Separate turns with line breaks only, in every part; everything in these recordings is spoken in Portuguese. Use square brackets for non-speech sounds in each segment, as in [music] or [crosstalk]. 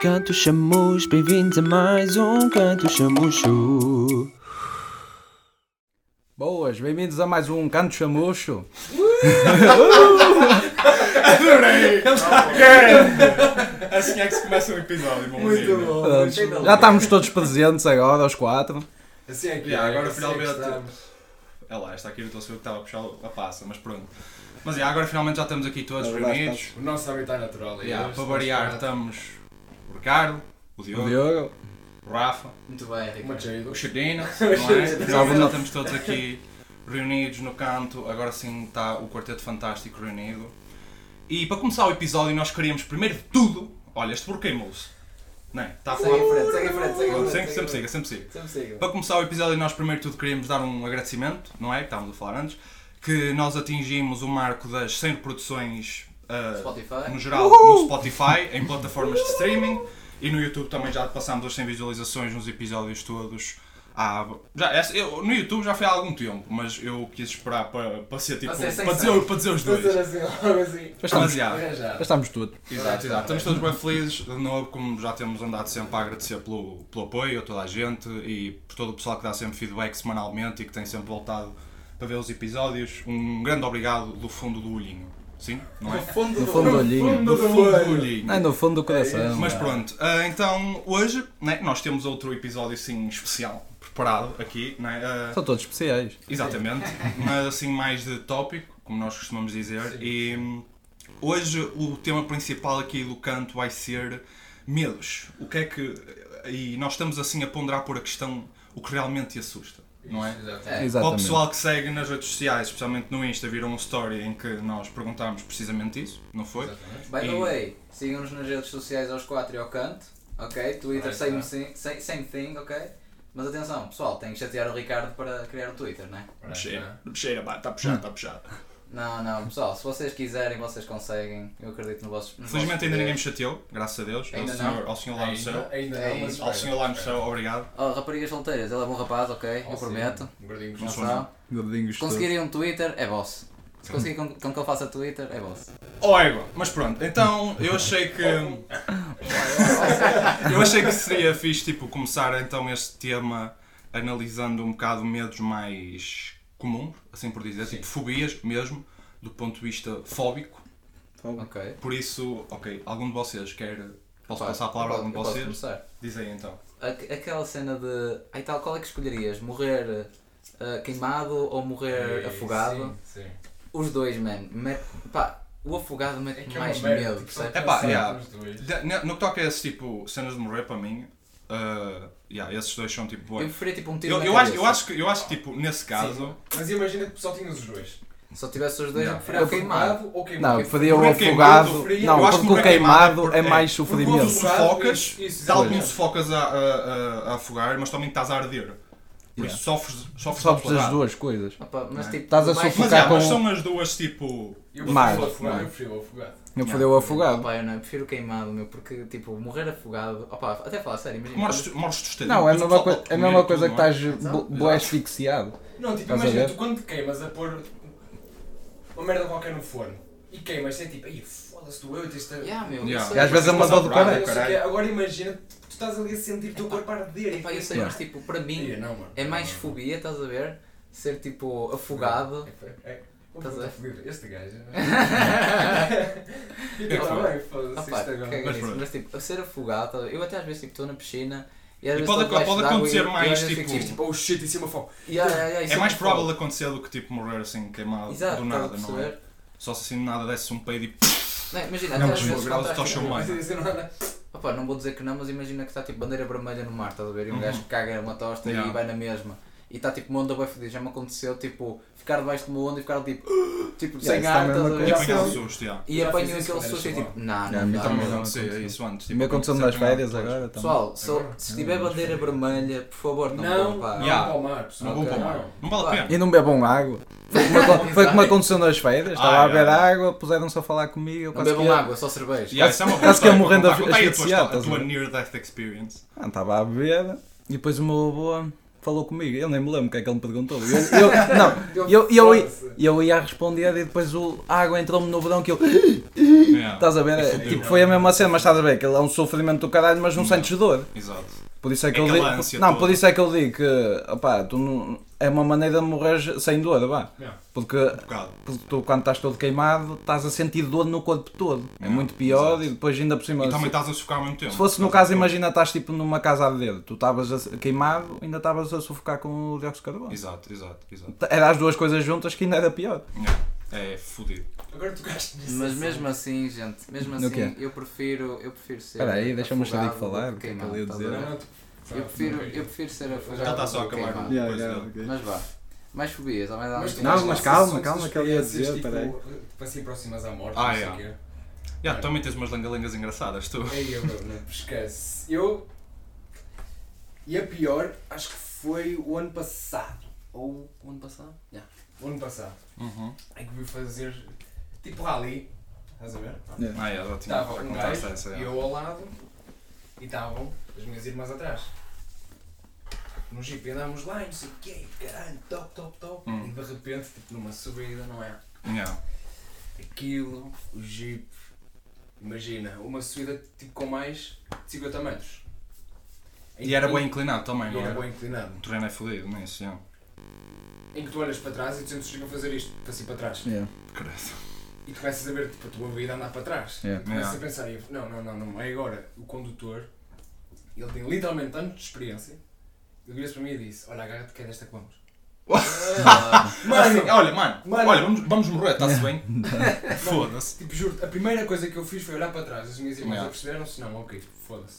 Canto Chamus, bem-vindos a mais um Canto Chamucho.
Boas, bem-vindos a mais um Canto Chamucho.
[laughs] Assim é que se começa um episódio, bom dia.
bom.
Portanto, Já estamos todos presentes agora, aos quatro.
Assim é que
Yeah,
é,
agora
assim é que
finalmente-
estamos.
Olha É lá, esta aqui não estou a saber o que estava a puxar a passa, mas pronto. Mas é, agora finalmente Ah, já estamos aqui todos
Na verdade,
reunidos.
O nosso
é
habitat natural. e
Yeah,
hoje
para
estamos
variar,
com
estamos o Ricardo, o Diogo, o,
Diogo.
Rafa,
Muito bem, Ricardo. Uma
o
cheiro.
Chirino, não é?
Chirino.
Finalmente já estamos todos aqui reunidos no canto, agora sim está o Quarteto Fantástico reunido. E para começar o episódio nós queríamos primeiro de tudo, olha este bloqueio-se, não é? Está a
Segue em
falar.
frente, segue em frente, segue em frente.
Sempre, sempre siga, sempre siga. Para começar o episódio, nós primeiro de tudo queríamos dar um agradecimento, não é? Que estávamos a falar antes, que nós atingimos o marco das 100 reproduções ah, no
Spotify.
geral no Spotify, em plataformas de streaming e no YouTube também já passámos as 100 visualizações nos episódios todos. Há- já, essa- eu- no YouTube já foi há algum tempo, mas eu quis esperar para, para ser tipo.
Para ser sem
para, dizer,
sal.
para dizer os
Estou a
dois.
dizer assim, algo assim.
Mas
Mas
estamos,
já.
mas
Arranjado.
estamos tudo.
Exato, Uhum. exato. Estamos todos bem felizes, de novo, como já temos andado sempre a agradecer pelo, pelo apoio a toda a gente e por todo o pessoal que dá sempre feedback semanalmente e que tem sempre voltado para ver os episódios. Um grande obrigado do fundo do olhinho. Sim? Não é?
fundo
No fundo do olhinho.
Do fundo do olhinho.
Não, no fundo do coração.
Mas
vá.
pronto, ah, então hoje né, nós temos outro episódio assim especial preparado aqui, né, ah,
São todos especiais.
Exatamente, mas assim mais de tópico, como nós costumamos dizer. E hum, hoje o tema principal aqui do canto vai ser medos. O que é que. E nós estamos assim a ponderar por a questão o que realmente te assusta, não é?
Exatamente.
Para o
Exatamente.
pessoal que segue nas redes sociais, especialmente no Insta, viram um story em que nós perguntámos precisamente isso, não foi?
By the
E-
way, sigam-nos nas redes sociais aos 4 e ao canto, ok? Twitter,
Ah,
same,
está.
thing- same, same thing, ok? Mas atenção, pessoal, tem que chatear o Ricardo para criar o Twitter, não é?
Cheira, cheira, pá, está puxado, está puxado.
Não, não, pessoal, se vocês quiserem, vocês conseguem. Eu acredito no vosso. nos
Felizmente
vossos
ainda ninguém me
poderes.
chateou, graças a Deus. Ao
Ainda
senhor,
não.
ao senhor lá no céu. Ao senhor lá no céu, obrigado.
Oh, raparigas solteiras, ele é bom rapaz, ok? eu prometo.
um
Não
Não
sou
sabe.
Gordinhos
Se
todos.
conseguirem um Twitter, é vosso. Se conseguirem com, com que ele faça Twitter, é vosso.
Oh, égua, mas pronto, então eu achei que. eu achei que seria fixe tipo, começar então este tema analisando um bocado medos mais comuns, assim por dizer, tipo fobias mesmo, do ponto de vista fóbico.
Ok.
Por isso, ok, algum de vocês quer. Posso
Pá,
passar a palavra a
eu
algum de
posso- eu
vocês?
posso começar.
Diz aí então.
Aque- aquela cena de. Ai tal, qual é que escolherias? Morrer ah, queimado ou morrer afogado?
Sim, sim.
Os dois, man. Mete- pá, o afogado mete
É que é uma
mais
merda,
medo,
tipo, só
percebes?
É pá,
pensar
yeah.
nos dois.
De- ne- No que toca a esse tipo cenas de morrer para mim, ah, yeah, esses dois são tipo.
Eu
bué.
preferia tipo um tiro
Eu,
na
eu acho,
cabeça.
eu, acho que, eu acho que tipo, nesse caso.
Mas imagina que o pessoal tinha os dois.
Se eu tivesse os dois,
Não.
eu preferia o queimado.
Queimado ou queimado?
Não, eu faria o
Morrer queimado,
um afogado.
frio.
Não,
é Eu acho que
porque o
morrer
queimado
queimado
é
por-
mais
Tu
sofrimento.
Porque
sufocas,
Isso, isso,
tal
pois.
como sufocas a, a, a- a afogar, mas também estás a arder. Por isso sofres, sofres
Só
pelo
as
lado.
duas coisas.
Opa, mas
Não é?
tipo,
Estás a
mais-
Mas,
Focar
é, mas
com- um.
são as duas tipo.
Eu
Mais,
prefiro o afogado,
mais.
eu prefiro o afogado.
Não fodeu
é
o afogado.
Opa, eu não, eu prefiro o queimado, meu, porque tipo, morrer afogado. Opa, até falar sério, imagina.
Morres, morres tostadinho.
Não, é a
Mas o
mesma
pessoal
coisa,
pode
é a
comer
mesma
e
coisa que
tudo, não é?
estás bo- boé asfixiado.
Não, tipo,
Estás a
imagina,
ver?
tu quando te queimas a pôr uma merda qualquer no forno e queimas, é tipo, aí foda-se do eu, tens de.
Yeah, meu,
Yeah.
isso é-
E às vezes é uma dor do
Ah,
caralho.
não sei o quê.
caralho.
Agora imagina, tu tu estás ali a sentir o teu corpo a arder. e
Epá, eu sei,
Yeah.
mas tipo, para mim
Ih, não, mano.
é mais fobia, estás a ver? Ser tipo
[laughs]
afogado.
É, é. Vou
Estás a
perguntar,
ver?
fodido, Este gajo.
que
[laughs]
foi?
Então, bem, foda-se
Opa,
isto
caga
agora.
Mas
nisso,
pronto.
mas tipo, ser afogado, estás a ver? eu até às vezes tipo, estou na piscina e às
E
vezes
pode-
estou debaixo
pode
d'água e-
acontecer
e às
mais,
vezes fico,
tipo,
Tipo, oh shit, em cima fogo.
yeah, yeah, yeah, isso
É mais
muito
provável
foda.
acontecer do que tipo morrer assim queimado
Exato,
do
estás a
nada, não é?
perceber?
Só se assim do nada desce um peido e.
Não, imagina,
Não,
até às
mas
vezes
o grau de
acontece,
tocha
não é?
humana.
assim,
Opa, não vou dizer que não, mas imagina que está tipo bandeira vermelha no mar, estás a ver? E um
Uhum.
gajo caga uma tosta
Yeah.
e vai na mesma. E está tipo uma onda bem fodida. Já me aconteceu tipo ficar debaixo de uma onda e ficar tipo, [gasps]
Yeah,
tipo sem
isso
ar,
também é
estás a
me
E
ver?
aconteceu.
apanhar um susto, já.
E
Já
apanho
fiz isso
aquele
quando
susto e
era
tipo, não,
Não, a
não,
mim
dá,
Também
também
não.
acontecia é isso antes.
Me aconteceu nas
sempre
férias
mal,
agora também.
Pessoal, se, se
Uhum.
tiver bandeira vermelha, por favor, não,
Não, não,
vão, pá.
Yeah.
para o mar,
Não
pessoal.
vou para o mar. Não vale a pena.
E não bebam água. Foi como- Foi como aconteceu nas feiras. Estava a
Ai,
beber
ai.
água, puseram-se a falar comigo. eu
Não
quase que
bebam
ia-
água, só cerveja.
Yeah, isso é uma boa
Quase que é
história
morrendo
para contar. Conta aí a tua
asfixiado,
história, a
estás Ah, a
tua
ver?
near death experience.
Ah, Estava a beber. E depois o meu avô falou comigo. Eu nem me lembro o que é que ele me perguntou. Eu, eu- não, eu, eu, eu, eu ia responder e depois o, a água entrou-me no verão que eu.
Yeah,
Estás a ver? É,
um
Tipo, foi a mesma cena, mas estás a ver que ele é um sofrimento do caralho, mas não sentes dor.
Exato.
Por isso é que
É
eu
aquela
digo.
ânsia
Não,
toda.
por isso é que eu digo que opá, tu não, é uma maneira de morrer sem dor, vá.
Yeah.
Porque,
Um bocado.
porque tu quando estás todo queimado estás a sentir dor no corpo todo. É
Yeah,
muito pior
exato.
e depois ainda por cima.
E
se-
também um estás a sufocar ao mesmo tempo.
se fosse no
Estás a
caso, imagina estás tipo numa casa a arder, tu estavas a se- queimado, ainda estavas a sufocar com o dióxido de carbono.
Exato, exato, exato.
T- Era as duas coisas juntas que ainda era pior.
Yeah. É fudido.
Agora tocaste nisso.
Mas mesmo assim, gente, mesmo
No
assim,
quê?
eu prefiro, eu prefiro ser.
Espera aí, deixa-me o Xadico
afogado
falar,
do
o que é que
queimado,
ele ia
estás
dizer?
a ver?
Não, é? tu-
Eu prefiro, eu prefiro ser afogado.
Já está só a
do que
acabar é?
queimado.
com depois dele.
Mas vá. Mais fobias, há mais alguma
tu
coisa?
Não,
tens
mas
esses
calma,
assuntos
calma,
das
que ele ia
experiências,
dizer,
tipo, Para se próximas à morte,
Ah,
não sei o
é.
quê.
Yeah, também tens umas lengalengas engraçadas, tu.
Ei, eu, meu, não esquece. Eu. E a pior, acho que foi o ano passado. Ou
O ano passado? Já.
o ano passado.
Uhum.
Em que fui fazer. Tipo rally. Estás a ver?
Ah, yeah, já tinha
Estava
já
um
contaste
gajo
essa.
e
é.
yeah.
eu ao lado. E estavam as minhas irmãs atrás. No jeep e andámos lá e não sei o quê. Caralho, top, top, top.
Hum.
E de repente, tipo numa subida, não é?
Yeah.
aquilo, o jeep. Imagina, uma subida tipo com mais de 50 metros.
E era bem inclinado também,
inclinado.
não
Era
era?
bem inclinado.
O terreno é fudido nisso, yeah.
Em que tu olhas para trás e tu sentes a fazer isto, para assim para trás.
Yeah.
Credo.
E tu começas a ver tipo, a tua vida andar para trás.
É,
Yeah.
E começas
Yeah.
a pensar, e eu, não, não, não, não, é agora. O condutor, ele tem literalmente anos de experiência. Ele vira-se para mim e disse, olha, agarra-te que é desta que
[laughs]
vamos. Ah,
Assim, olha, mano,
Mano.
olha, vamos, vamos morrer, está-se bem?
[laughs]
Foda-se.
Tipo, juro a primeira coisa que eu fiz foi olhar para trás. As minhas irmãs
Yeah.
já perceberam-se, não, ok, foda-se.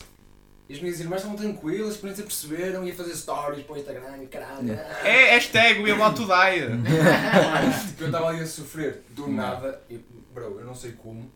E as minhas irmãs estavam tranquilas, por isso perceberam, ia fazer stories para o Instagram e caralho.
É hashtag we want to die.
[laughs] Tipo, eu estava ali a sofrer do
Yeah.
nada, e, bro, eu não sei como.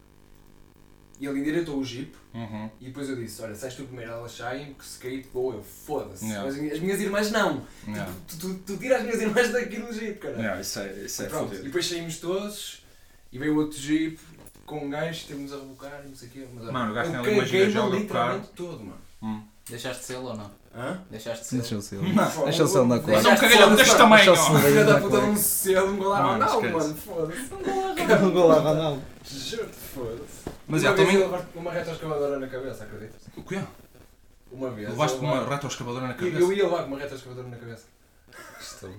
E ele endireitou o jeep,
Uhum.
e depois eu disse: Olha, sais tu primeiro, elas saem, que se cair, vou eu, foda-se.
Yeah.
Mas as minhas irmãs não. Tipo,
Yeah.
Tu, tu, tu tiras as minhas irmãs daquilo do jeep, caralho.
Yeah, isso é, isso é
Pronto, e
fudido.
depois saímos todos e veio outro jeep com um gajo, temos a rebocar e não sei o quê. Mas, olha,
Mano, o é gajo tem ali
eu
uma giga
caguei-me
joga
literalmente todo, mano.
Deixaste selo ou não?
Hã?
Deixaste selo.
Deixa o
[laughs]
seu.
Não.
Deixa o seu na
Mas
clara.
é um cagalhão deste tamanho,
Deixa-se
ó.
Filha da
na
puta de um
cueca.
cedo, um golava.
Mano,
Não,
esquece.
mano, foda-se.
Um gol a Ronaldo.
Juro-te, foda-se.
Mas
uma
é,
vez
também.
eu levaste uma retroescavadora na cabeça, acreditas?
O quê?
Uma vez.
Levaste
eu
uma
levava-
retroescavadora na
Eu eu
cabeça?
ia levar com uma retroescavadora na cabeça.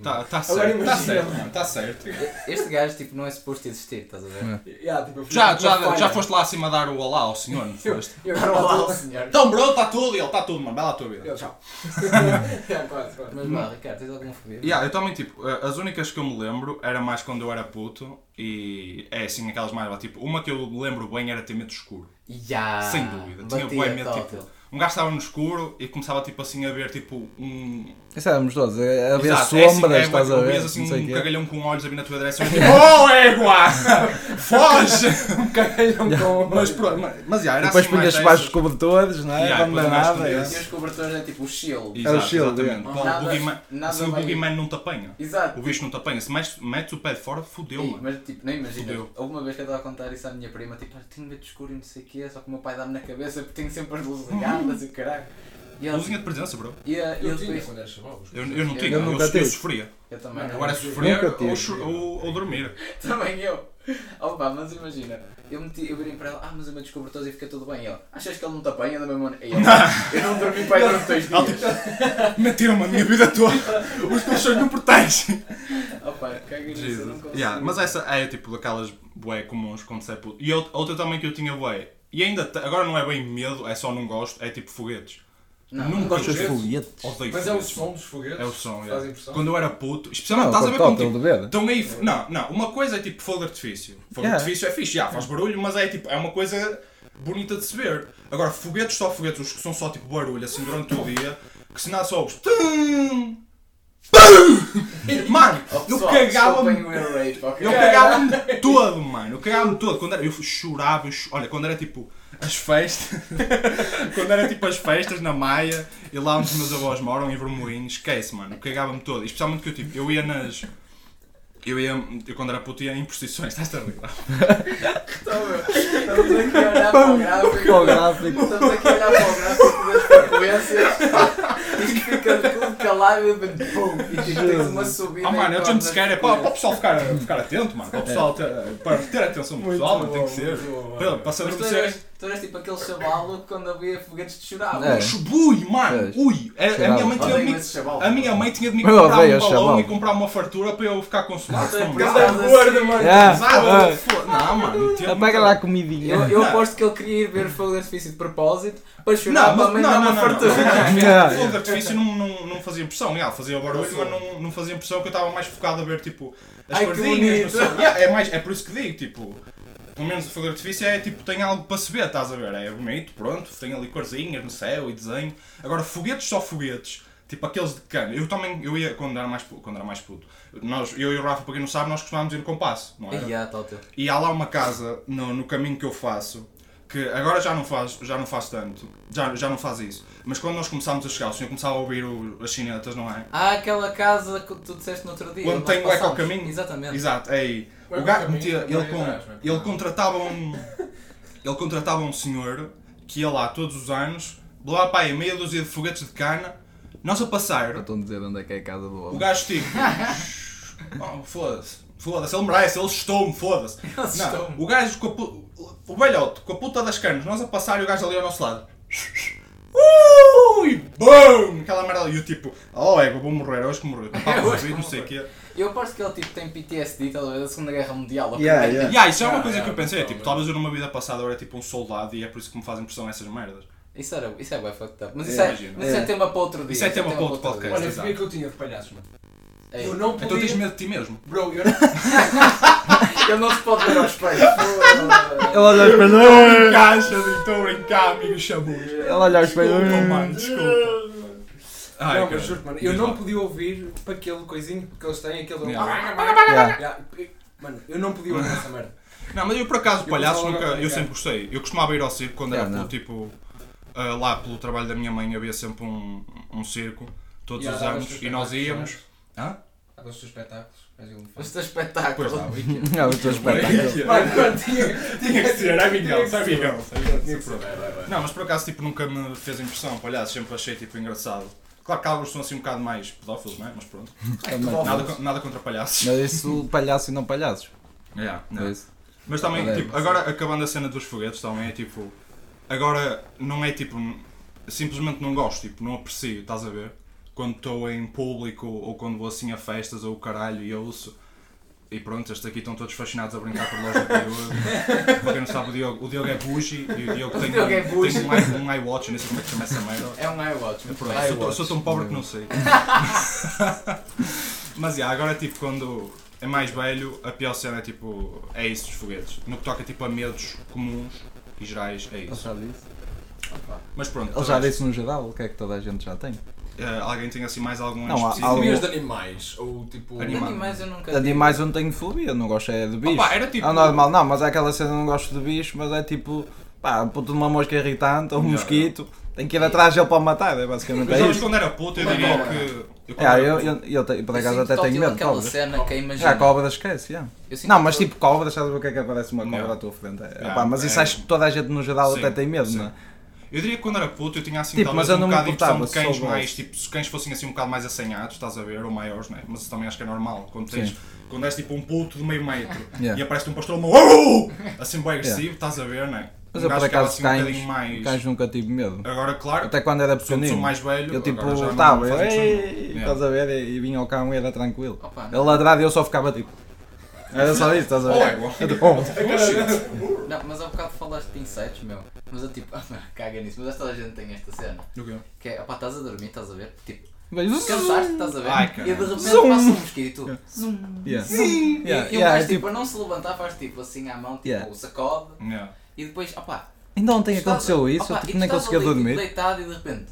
Tá, tá
Agora
certo, tá
imagina.
certo, mano, tá certo.
Este gajo tipo, não é suposto existir, estás a
é.
ver?
Yeah, tipo, eu fui-
Já,
uma
já,
falha.
já foste lá acima dar o olá ao senhor, não
Eu-
foste?
Eu não lá, senhor.
Então, bro, está tudo, ele está tudo, mano, vai lá a tua vida.
Eu, tchau. [laughs] É, quase, quase.
Mas vá, Ricardo, tens alguma fobia?
Yeah, eu também, tipo, eh, as únicas que eu me lembro era mais quando eu era puto e é assim, aquelas mais, tipo, uma que eu me lembro bem era ter medo escuro,
Ya,
sem dúvida. Tinha
batia
bem medo,
tótil.
tipo, um gajo estava no escuro e começava, tipo, assim, a ver, tipo, um...
Isso éramos todos. é- Havia
Exato, é assim,
sombras,
é,
estás a
eu
ver?
vias,
Não
assim,
sei o
um
quê.
cagalhão com olhos a vir na
[laughs]
tua direção e eu, tipo, oh, égua, [laughs] foge!
Um
Cagalhão com.
mas pronto, mas, mas
E
yeah, era
Depois
assim mais
punhas debaixo
dessas.
dos cobertores, não é?
Yeah,
Quando não é
depois mais
nada.
punhas.
é.
E os cobertores é tipo o shield.
Exato,
o shield, né?
exatamente.
é.
Pô,
Nada-
o Boogeyman-
nada
se o
bem.
Boogeyman não te apanha.
Exato.
O bicho não te apanha. Se mais, metes o pé de fora, fodeu,
Ih,
mano.
Mas tipo, não imaginas,
Fudeu.
houve uma vez que eu estava a contar isso à minha prima, tipo, "Ah, tenho medo de escuro e não sei o quê, só que o meu pai dá-me na cabeça porque tenho sempre as luzes ligadas e o caralho. E ela-
Luzinha de presença, bro.
e a- e
Eu
eu
tinha
depois,
quando era chaval. os
Eu, eu não
Eu
tinha, eu,
nunca
eu
tive.
sofria.
eu também,
Mano,
não.
Agora é
Nunca
sofrer
tive.
ou, cho- ou, ou dormir. [laughs]
[laughs] também eu. Opa, mas imagina, eu, meti, eu virei para ela, ah, mas eu meto os cobertores e fica tudo bem. E ela, achas que ele não te apanha da mesma maneira? E eu,
[laughs]
eu não dormi para aí durante dois dias.
Mentiram-me a minha vida toda. Os teus sonhos não protegem.
Opa, caga nisso, eu não consigo.
Yeah, mas essa é tipo daquelas bué comuns quando se é puto. E out- outra também que eu tinha bué. E ainda, te- agora não é bem medo, é só não gosto, é tipo foguetes.
Não,
Nunca
Gostas de
joguei.
foguetes?
Odeio
Mas é o
foguetes.
som dos foguetes?
É o som,
que
yeah.
Faz impressão.
Quando eu era puto, especialmente
Não,
estás a ver com
cortou-te
tipo,
de ver.
Então aí, não, não, uma coisa é tipo fogo de artifício. Fogo de
Yeah.
artifício é fixe, já, faz barulho, mas é tipo, é uma coisa bonita de se ver. Agora, foguetes só foguetes, os que são só tipo barulho assim durante o dia, que se nada só ouves. Tum, pum. Mano, eu
Pessoal,
cagava-me.
desculpem o air raid, ok?
Eu cagava-me todo, mano. Eu cagava-me todo. Quando era, eu chorava, eu cho- olha, quando era tipo as festas. [laughs] quando era tipo as festas na Maia e lá onde os meus avós moram em Vermoinho, esquece, mano. Eu cagava-me todo. E Especialmente que eu tipo, eu ia nas. Eu ia, eu quando era puto ia em procissões, estás a ver?
Então, meu, Estamos aqui a olhar para o gráfico.
Para o gráfico.
Estamos aqui a olhar para o gráfico das frequências Isto fica tudo calado e de pum. E tu tens uma subida.
Ah, mano,
em
é o jump
cordas.
scare, é para, para o pessoal ficar, ficar atento, mano. Para o pessoal ter,
É.
para ter atenção do pessoal, mano, tem que ser. Pá, Para saber
Mas
o
tu
que é.
eras, tu eras tipo aquele chavalo que quando havia foguetes te chorava.
É.
Chubui, mano!
Pois.
Ui! é, A, a minha mãe tinha um
Odeio
de me,
esse chaval.
a minha mãe tinha de me
Eu
comprar
odeio
um
esse
balão
chaval.
e comprar uma fartura para eu ficar consolado.
Tu é por
Não,
causa
Ganda gorda,
assim.
mano.
Ah,
Exato, foda- Não, mano. tinha de me-
Apaga lá a
[laughs]
comidinha.
Eu, eu aposto que ele queria ir ver fogo de artifício de propósito para chorar
Não,
para a
mas
mãe
não,
dar
não,
uma
não, não.
fartura.
Yeah.
O fogo de artifício não, não, não fazia impressão, yeah, fazia barulho, mas não, não fazia impressão que eu estava mais focado a ver tipo as
Ai, que
corzinhas, não sei.
bonito.
Yeah, é, mais, é por isso que digo, tipo, pelo menos o fogo de artifício é tipo, tem algo para se ver, estás a ver? É bonito, pronto, tem ali corzinhas no céu e desenho. Agora, foguetes só foguetes. Tipo aqueles de cano. Eu também, eu ia quando era mais, pu- quando era mais puto. Nós, eu e o Rafa, para quem não sabe, nós costumávamos ir no compasso, não era?
Ya, tal, tal.
E há lá uma casa no, no caminho que eu faço que agora já não faz, já não faz tanto, já, já não faz isso. Mas quando nós começámos a chegar, o senhor começava a ouvir o- as chinetas, não é?
Há aquela casa que tu disseste no outro dia.
Quando
onde
tem
nós
o eco ao
passámos.
caminho.
é? Exatamente.
Exato, é aí. O
O eco ao
gajo
caminho
metia,
é
ele,
por aí
com,
atrás, não é?
ele contratava um. Ele contratava um senhor que ia lá todos os anos, lá pá, aí meia dúzia de foguetes de cana, nós a passar,
Estão a dizer onde é que é a casa do
o
homem.
gajo tipo. "Oh, foda-se, foda-se, ele merece, ele assustou-me, foda-se. Não, o gajo com a pu- O velhote com a puta das canas, nós a passar e o gajo ali ao nosso lado. [laughs] Ui! BUM! Aquela merda ali, e eu tipo, oh ego, vou morrer, hoje que é morrer, tapava
hoje
o
que
ouvido, não sei o
morrer.
quê.
Eu aposto que ele tipo, tem PTSD, talvez, da Segunda Guerra Mundial. ou
Yeah,
primeira.
yeah.
E ah, isso é uma
Ah,
coisa que eu
é,
pensei, é, tipo, talvez
provavelmente.
eu numa vida passada eu era tipo um soldado e é por isso que me fazem impressão essas merdas.
Isso, era, isso é bué fucked up. Mas isso é,
Imagino.
mas isso é tema para outro dia.
Isso é tema para outro podcast.
Olha, sabia
Exato.
que eu tinha de palhaços, mano.
dia. Ei,
Eu não podia.
Então tens medo de ti mesmo.
Bro, eu não.
[laughs] Ele não se pode ver ao espelho.
Ela olha ao
[laughs] Em
espelho.
caixa, estou a brincar, amigo chamus.
Ela olha ao
Desculpa,
espelho.
mano, desculpa. Ai,
não,
cara.
mas juro, mano, eu
Diz lá.
não podia ouvir para aquele coisinho que eles têm, aquele.
Yeah.
Yeah.
Yeah. Mano, eu não podia ouvir essa merda.
Não, mas eu por acaso,
Eu
palhaços,
gostava
nunca,
agora de
eu
brincar.
sempre gostei. Eu costumava ir ao circo quando era
Ah, não.
puto, tipo, ah, lá pelo trabalho da minha mãe havia sempre um, um circo, todos
Yeah,
os
dava os
anos,
teus
e nós
espetáculos, [laughs]
íamos. Hã?
Há dois espetáculos, mas ele não faz.
Os teus espetáculos.
Pois não.
Não, eu estou a espetáculo.
Mano, mano, tinha,
Tinha que ser, era amigão,
Tinha que ser.
amigão.
Tinha que ser, vai, vai, vai.
Não, mas por acaso, tipo, nunca me fez impressão, palhaços, sempre achei, tipo, engraçado. Claro que alguns são assim um bocado mais pedófilos, não é? Mas
[laughs]
pronto, nada, co- nada contra palhaços.
Mas isso palhaço e não palhaços.
Yeah, não.
É isso.
Mas também,
Olha, é
tipo, agora acabando a cena dos foguetes, também é tipo. Agora não é tipo. Simplesmente não gosto, tipo, não aprecio, estás a ver? Quando estou em público ou quando vou assim a festas ou o caralho e eu ouço. E pronto, estes aqui estão todos fascinados a brincar por loja de Diogo. Para quem não sabe, o Diogo, o Diogo é Bushi e o Diogo tem,
Diogo é
um,
bougie.
tem um, i- um iWatch, nem sei como é que chama essa merda.
[laughs] É um iWatch. mas
Pronto,
pronto.
sou, tão- sou tão pobre que não sei. Mas yeah, agora tipo quando é mais velho, a pior cena é tipo. É isso dos foguetes. No que toca tipo a medos comuns e gerais, é
Ele
isso.
já disse.
Mas pronto,
Ele já
todas-
disse no geral o que é que toda a gente já tem.
eh, alguém tem assim mais algum
Não, há-
específico?
há-
Fobias tipo de animais, ou tipo.
De
Animal.
animais eu nunca tive.
Animais eu não um tenho fobia, não gosto é de bicho.
Opa, era tipo-
É normal, não, mas é aquela cena não gosto de bicho, mas é tipo, pá, puto de uma mosca irritante ou um
Não,
mosquito, tem que ir atrás dele para o matar, é basicamente
Mas
é
sabes
isso.
quando era puto, eu diria que. Eu, quando
É,
era
eu,
puto-
eu, eu, te- por
Eu
acaso
sinto
até tenho
total
medo de
aquela
cobras.
cena que é
Já,
imagina.
cobras esquece, yeah.
Eu sinto
Não, mas
aquele-
tipo cobras, sabes o que é que aparece uma cobra
Não.
à tua frente? É,
Ah,
pá, mas isso
é.
acho que toda a gente no geral
Sim,
até tem medo,
sim.
não é?
eu diria que quando era puto, eu tinha assim
Tipo,
talvez
mas eu
um
não me
bocado de impressão de
importava se
cães
soubesse.
mais. Tipo, se os cães fossem assim um bocado mais assanhados, estás a ver, ou maiores, né? Mas também acho que é normal. Quando tens. Quando és tipo um puto de meio metro
[laughs] Yeah.
e aparece um pastor alemão, "Au!" assim bem agressivo, estás a ver, não é?
Mas
Um
eu
gajo
por
ficava
acaso
assim um
cães,
bocadinho mais.
cães nunca tive medo.
Agora, claro,
Até quando era
sou,
pequenino.
mais velho.
Eu tipo,
agora já não
estava,
faz impressão nenhuma.
estás a ver, e, e vinha ao cão e era tranquilo.
Opa,
Ele ladrado e eu só ficava tipo. Era só isso, estás a
Oh,
ver?
é
[laughs]
bom.
Eu tipo, oh.
Não, mas há bocado falaste de insetos, meu. Mas eu tipo, [laughs] ah, não, caga nisso. Mas toda a gente tem esta cena.
O quê?
Que é, opá, estás a dormir, estás a ver? Tipo,
Mas-
cansaste, estás a ver?
Ai,
e
caralho.
de repente
Zum.
passa um mosquito.
[laughs] Yeah. Yeah,
Zum. E, e o
yeah,
gajo,
é
tipo,
tipo-
a não se levantar, faz tipo assim à mão, tipo,
Yeah.
sacode.
Yeah.
E depois, opá,
Ainda ontem
Estava-
aconteceu isso,
Opa,
eu
e
tipo,
tu
nem
estavas
conseguia
ali, tipo,
dormir.
deitado e de repente,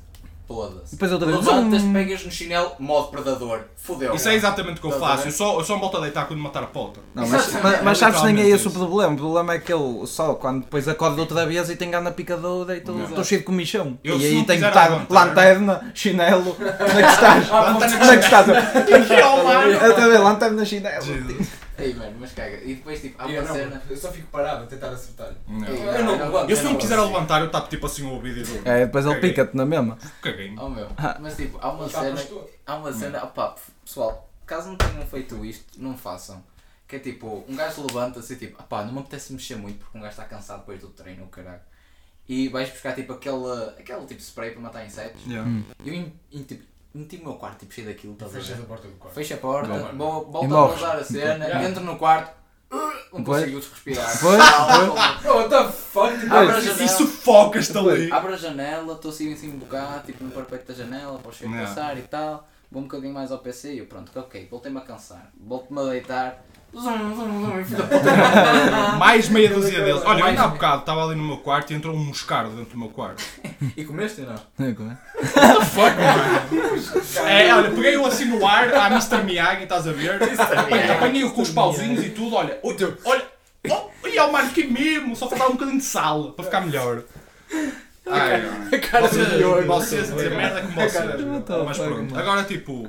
foda-se.
Depois outra vez,
Levantas,
zum.
pegas no chinelo, modo predador. Fodeu.
Isso é exatamente o que eu
Estás a
faço.
ver?
Eu só, eu só me volto a deitar quando matar a [laughs] pauta.
Não, mas, mas, mas sabes que nem é esse o problema. O problema é que ele só quando depois acorda outra vez e tem gana picadura e estou estou cheio de comichão.
Eu,
e
se
aí
não
tenho que
quiser
estar
levantar- né?
lanterna, chinelo,
[laughs]
onde é que estás? onde é que estás?
Que é o
[laughs]
mar.
Eu também, lanterna, chinelo.
Jesus.
Ei, mano, mas caga. E depois, tipo, há uma
Eu, não,
cena.
eu só fico parado a tentar acertar.
Não.
Ei,
Eu não levanto.
Eu um se não me quiser levantar, eu tapo tipo assim o ouvido e dou.
É, depois ele
Caguei.
pica-te na mesma.
Caguei.
Oh meu, mas tipo, há uma
Mas tá,
cena.
mas tu-
Há uma cena. Opá, pessoal, caso não tenham feito isto, não façam. Que é tipo, um gajo levanta-se e tipo, opá, não me apetece mexer muito porque um gajo está cansado depois do treino, o caralho. E vais buscar tipo aquele, aquele tipo de spray para matar insetos.
Yeah.
E eu em- em, tipo, meti o meu quarto tipo, cheio daquilo, estás a ver?
Fechas a porta do quarto.
Fecho a porta,
Não,
vou, volto a
morres.
pousar a cena,
Yeah.
entro no quarto, uh, não
Pois.
consigo respirar.
Pois,
Abro
Oh, what the fuck? Tipo,
Ah,
mas-
mas-
E sufocas-te ali.
a janela, estou assim em cima um bocado, tipo no parpeito da janela, para o cheiro
Yeah.
passar e tal. Vou um bocadinho mais ao PC e eu pronto, ok, voltei-me a cansar. Volto-me a deitar. Zum, zum, zum, filho da puta.
Mais meia dúzia deles. Olha, eu
Mais
ainda há
meia.
bocado estava ali no meu quarto e entrou um moscardo dentro do meu quarto.
E comeste ou
[laughs]
não?
é
Fuck, mano. É, olha, peguei-o assim no ar, à Mr. Miyagi, estás a ver? Apanhei- Apanhei-o com os pauzinhos e tudo, olha. Oi, Olha, oh, e é o Marco mesmo, só faltava um bocadinho de sal para ficar melhor. Ai, ai. vocês, vocês a dizer merda como vocês.
tá,
Mas pronto, agora tipo,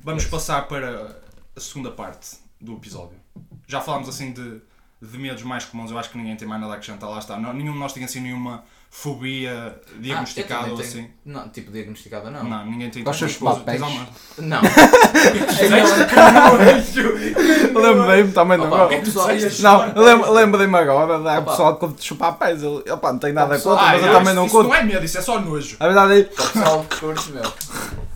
vamos passar para a segunda parte do episódio. Já falámos assim de, de medos mais comuns, eu acho que ninguém tem mais nada a acrescentar, lá está. Não- nenhum de nós tem assim nenhuma fobia diagnosticada
Ah, eu
ou
também tenho-
assim.
Não, tipo diagnosticada não.
Não, ninguém tem
Gostas
tens coisa-
de
tens
papéis?
alguma- [laughs]
Não.
Lembrei-me também do
Opa,
gol.
o que é que tu disseste?
Não, lem- lembrei-me agora da
Opa.
pessoal que de chupar pés. Eu, opa, não tenho nada
Opa, pessoal,
contra, mas eu
Ah,
também
isso-
não
isso
conto.
não é medo, isso é só nojo.
A verdade é,
Pessoal, curte meu.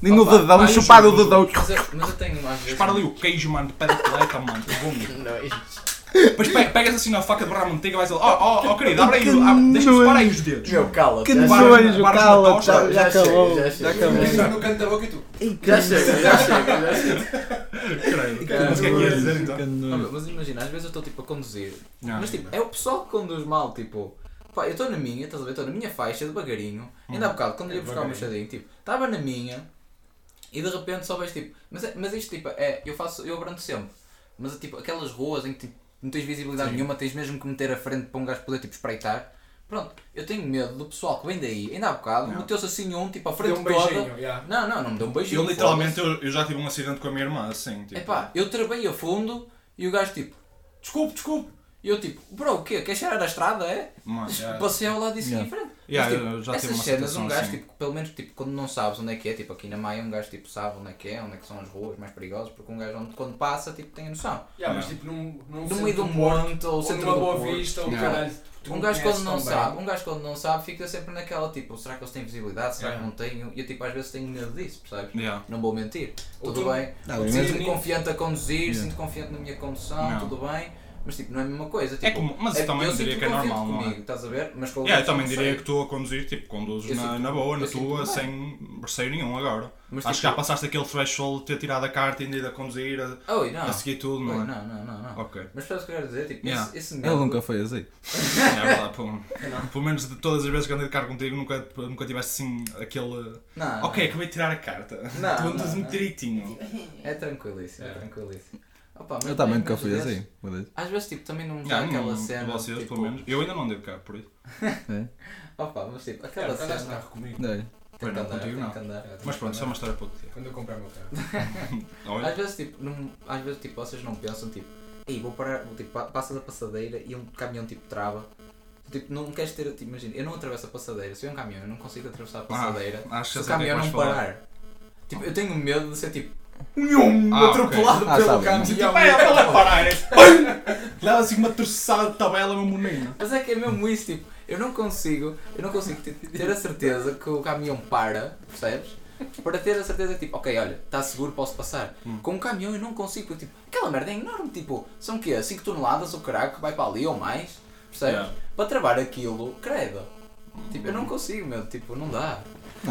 nem no
Opa,
dedão,
mais
chupar o
um.
dedão.
Mas eu, mas eu tenho mais vezes.
Dispara ali o queijo, mano, de pé de atleta, mano, que
[laughs]
bom.
Não, isso-
Depois pe- pegas assim na faca de borrar a manteiga e vais ali, ó, ó, ó, querido, abre aí, abre- deixa-me separar aí os dedos.
Meu, cala-te.
Que
já
nojo,
chega.
nojo,
para-
cala,
para-
já, já
já chega,
acabou.
já
Já
chega.
acabou.
Mas só no canto da boca e tu.
Já chega, já chega, já chega.
Creio, mas o que é que ia dizer então?
Ah, meu, mas imagina, às vezes eu estou tipo a conduzir,
Não.
mas tipo, é o pessoal que conduz mal, tipo, pá, eu estou na minha, estás a ver? Estou na minha faixa, devagarinho, ainda há
Uhum.
bocado,
É
quando ia buscar o meu chadinho, tipo, estava na minha e de repente só vejo tipo, mas, é- mas isto tipo, é, eu faço, eu abrando sempre, mas é tipo, aquelas ruas em que tipo, não tens visibilidade nenhuma, tens mesmo que meter a frente para um gajo poder tipo espreitar. Pronto, eu tenho medo do pessoal que vem daí, ainda há bocado, meteu-se assim um, tipo, à frente
Deu um
toda.
beijinho, yeah.
Não, não, não me deu um beijinho.
Eu literalmente, eu, eu já tive um acidente com a minha irmã, assim, tipo.
Epá, eu travei a fundo e o gajo tipo, desculpe, desculpe. E eu tipo, bro, o quê? Quer cheirar a estrada, é?
mano, já-
Passei ao lado e segui em frente.
Yeah,
Mas, tipo,
eu já tive
essas
uma
cenas,
situação
um gajo,
assim.
tipo, pelo menos tipo, quando não sabes onde é que é, tipo aqui na Maia, um gajo tipo, sabe onde é que é, onde é que são as ruas mais perigosas, porque um gajo onde, quando passa tipo, tem a noção.
Yeah, mas tipo, num, num
No
centro
meio do
do Porto,
monte ou
ou
centro
numa
do
boa
Porto.
vista, ou
Não.
caralho. tipo, tu
Um gajo quando
conheces
não
tão bem.
sabe, um gajo quando não sabe fica sempre naquela tipo, será que eles têm visibilidade, será que
Yeah.
não tenho? E eu tipo às vezes tenho medo disso, percebes?
Yeah.
Não vou mentir.
Ou
tudo
tu-
bem.
ou tu
Sinto-me
nem-
confiante a conduzir, sinto confiante na minha condução,
Não.
tudo bem. Mas tipo, não é a mesma coisa. Tipo,
como- mas eu também
eu
diria
sinto-me
que é
confiante
normal, não é?
comigo, Estás a ver? Mas com os
Yeah, eu
outros
também
não
diria
sei.
que tu a conduzir, tipo, conduzes
Eu
na,
sinto-
na boa, na
eu sinto
tua,
bem.
sem receio nenhum agora.
Mas,
Acho
tipo,
que já passaste aquele threshold de ter tirado a carta e ainda ido a conduzir, a,
Oi, não.
a seguir tudo,
Oi,
não
não,
é?
não, não, não.
Ok.
Mas sabes o que eu quero dizer? Tipo,
Yeah.
esse, esse
Ele
medo.
nunca foi assim.
É verdade,
[laughs]
pô. Pelo menos de todas as vezes que andei de carro contigo, nunca, nunca tiveste assim aquele.
Não, não,
Ok, acabei de tirar a carta.
Não,
tu andas um
não,
muito
não.
direitinho.
É tranquilíssimo, é tranquilíssimo. Opa, mas
Eu também
bem,
nunca
mas
fui
às
assim.
vezes-
meu Deus.
Às vezes tipo, também não me dá
Já,
aquela
não-
cena.
vocês,
tipo,
pelo menos. Eu ainda não andei de carro, por isso.
Opa, mas tipo,
Cara,
aquela
tu andaste de
cena.
carro comigo.
Não.
É Tem que
Não,
andar,
contigo
tem
não.
que andar.
Mas pronto, isso é uma história para outro dia.
Quando eu comprar o meu
Ah,
carro.
Olha,
Às vezes, tipo, não, às vezes, tipo, vocês não pensam, tipo, ei, vou parar, vou, tipo, pa- passa da passadeira e um caminhão, tipo, trava. Tipo, não queres ter, tipo, imagina, eu não atravesso a passadeira, se eu é um caminhão, eu não consigo atravessar a passadeira
acho que
se
já
o
sei o Ah, que é que
caminhão
vais
não
falar.
parar. Tipo, eu tenho medo de ser, tipo,
Ah, ok.
atropelado
Ah,
pelo
sabe.
Tipo,
caminhão.
Vai ela vai parar, é. Pum! Leva assim uma troçada de tabela, meu menino.
Mas é que é mesmo isso, tipo, eu não consigo, eu não consigo te- ter a certeza que o caminhão para, percebes? Para ter a certeza que, tipo, ok, olha, está seguro, posso passar. Com um caminhão eu não consigo, porque, tipo, aquela merda é enorme, tipo, são o quê? 5 toneladas ou caralho que vai para ali ou mais, percebes?
Yeah.
Para travar aquilo, credo. Tipo, eu não consigo, meu, tipo, não dá.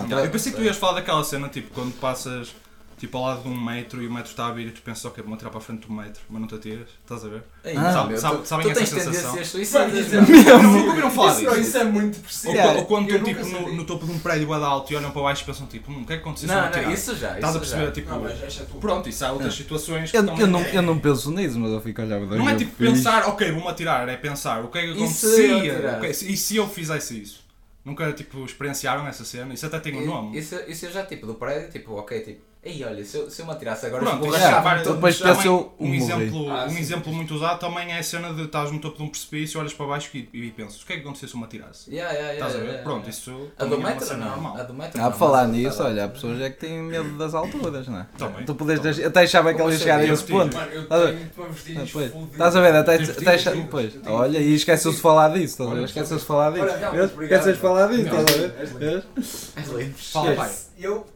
Eu pensei que tu ias falar daquela cena, tipo, quando passas tipo, ao lado de um metro e o metro está a abrir e tu pensas, ok, vou atirar para a frente do metro, mas não te atiras, estás a ver?
É
Ah,
sabe-
meu,
sabe-
tu,
sabem
tu tens
essa sensação?
tendências suicidas,
é
Vai,
meu.
Não, nunca ouviram falar
Isso, não,
disso.
isso é muito preciso.
Ou,
Yeah.
ou quando
Eu
estão tipo,
nunca
no,
senti.
no topo de um prédio bué de alto e olham para baixo e pensam tipo, hum, o que é que aconteceu se eu
Não,
me
não,
atirar?
isso já,
Estás
isso
a perceber,
já.
tipo,
Não, mas esta é tu.
pronto, isso há outras situações que
Eu,
estão- É.
eu, não, eu não penso nisso, mas eu fico a olhar para
Não é tipo pensar, ok, vou-me atirar, é pensar o que é que
E se
acontecia,
eu
o que- e se eu,
atirasse?
fizesse isso? Nunca tipo experienciaram essa cena? Isso até tem um nome.
Isso, isso eu já, tipo, do prédio, tipo, ok, tipo, Ei, olha, se eu, se eu me atirasse agora,
Pronto,
eu
isso já
rachar-me
vai-
todo.
depois
também
pensa eu-
é um,
um
exemplo,
Ah,
um
sim.
exemplo muito usado também é a cena de estás no topo de um precipício, olhas para baixo e, e pensas: o que é que aconteceu se eu me atirasse?
Yeah, yeah, yeah,
Estás a ver?
yeah,
Pronto,
yeah.
isso
A
também
do
é uma
metro
cena
não. A
normal.
do metro
Ah,
não,
por falar
mas-
nisso,
tá bem.
olha, há pessoas é que têm medo das alturas, não é?
Também,
tu podes
também.
deixar- até achava que
Como
elas
se
chegaram a esse
divertir.
ponto.
Mano, eu
Estás a-
tenho para
Ah,
vestígios
pois.
fodidos.
Estás a ver? Até,
Tenho
até, acha-
vestidos,
pois,
tenho
olha, e esqueceu-se de falar disso, estás a ver?
Olha,
Esqueceu-se de falar disso.
Olha, realmente,
Vês?
obrigado,
Esqueceu-se de
mano.
falar disso,
Não,
estás a ver?
és lindo.
Vês?
És lindo.
Fala, pai.
Eu.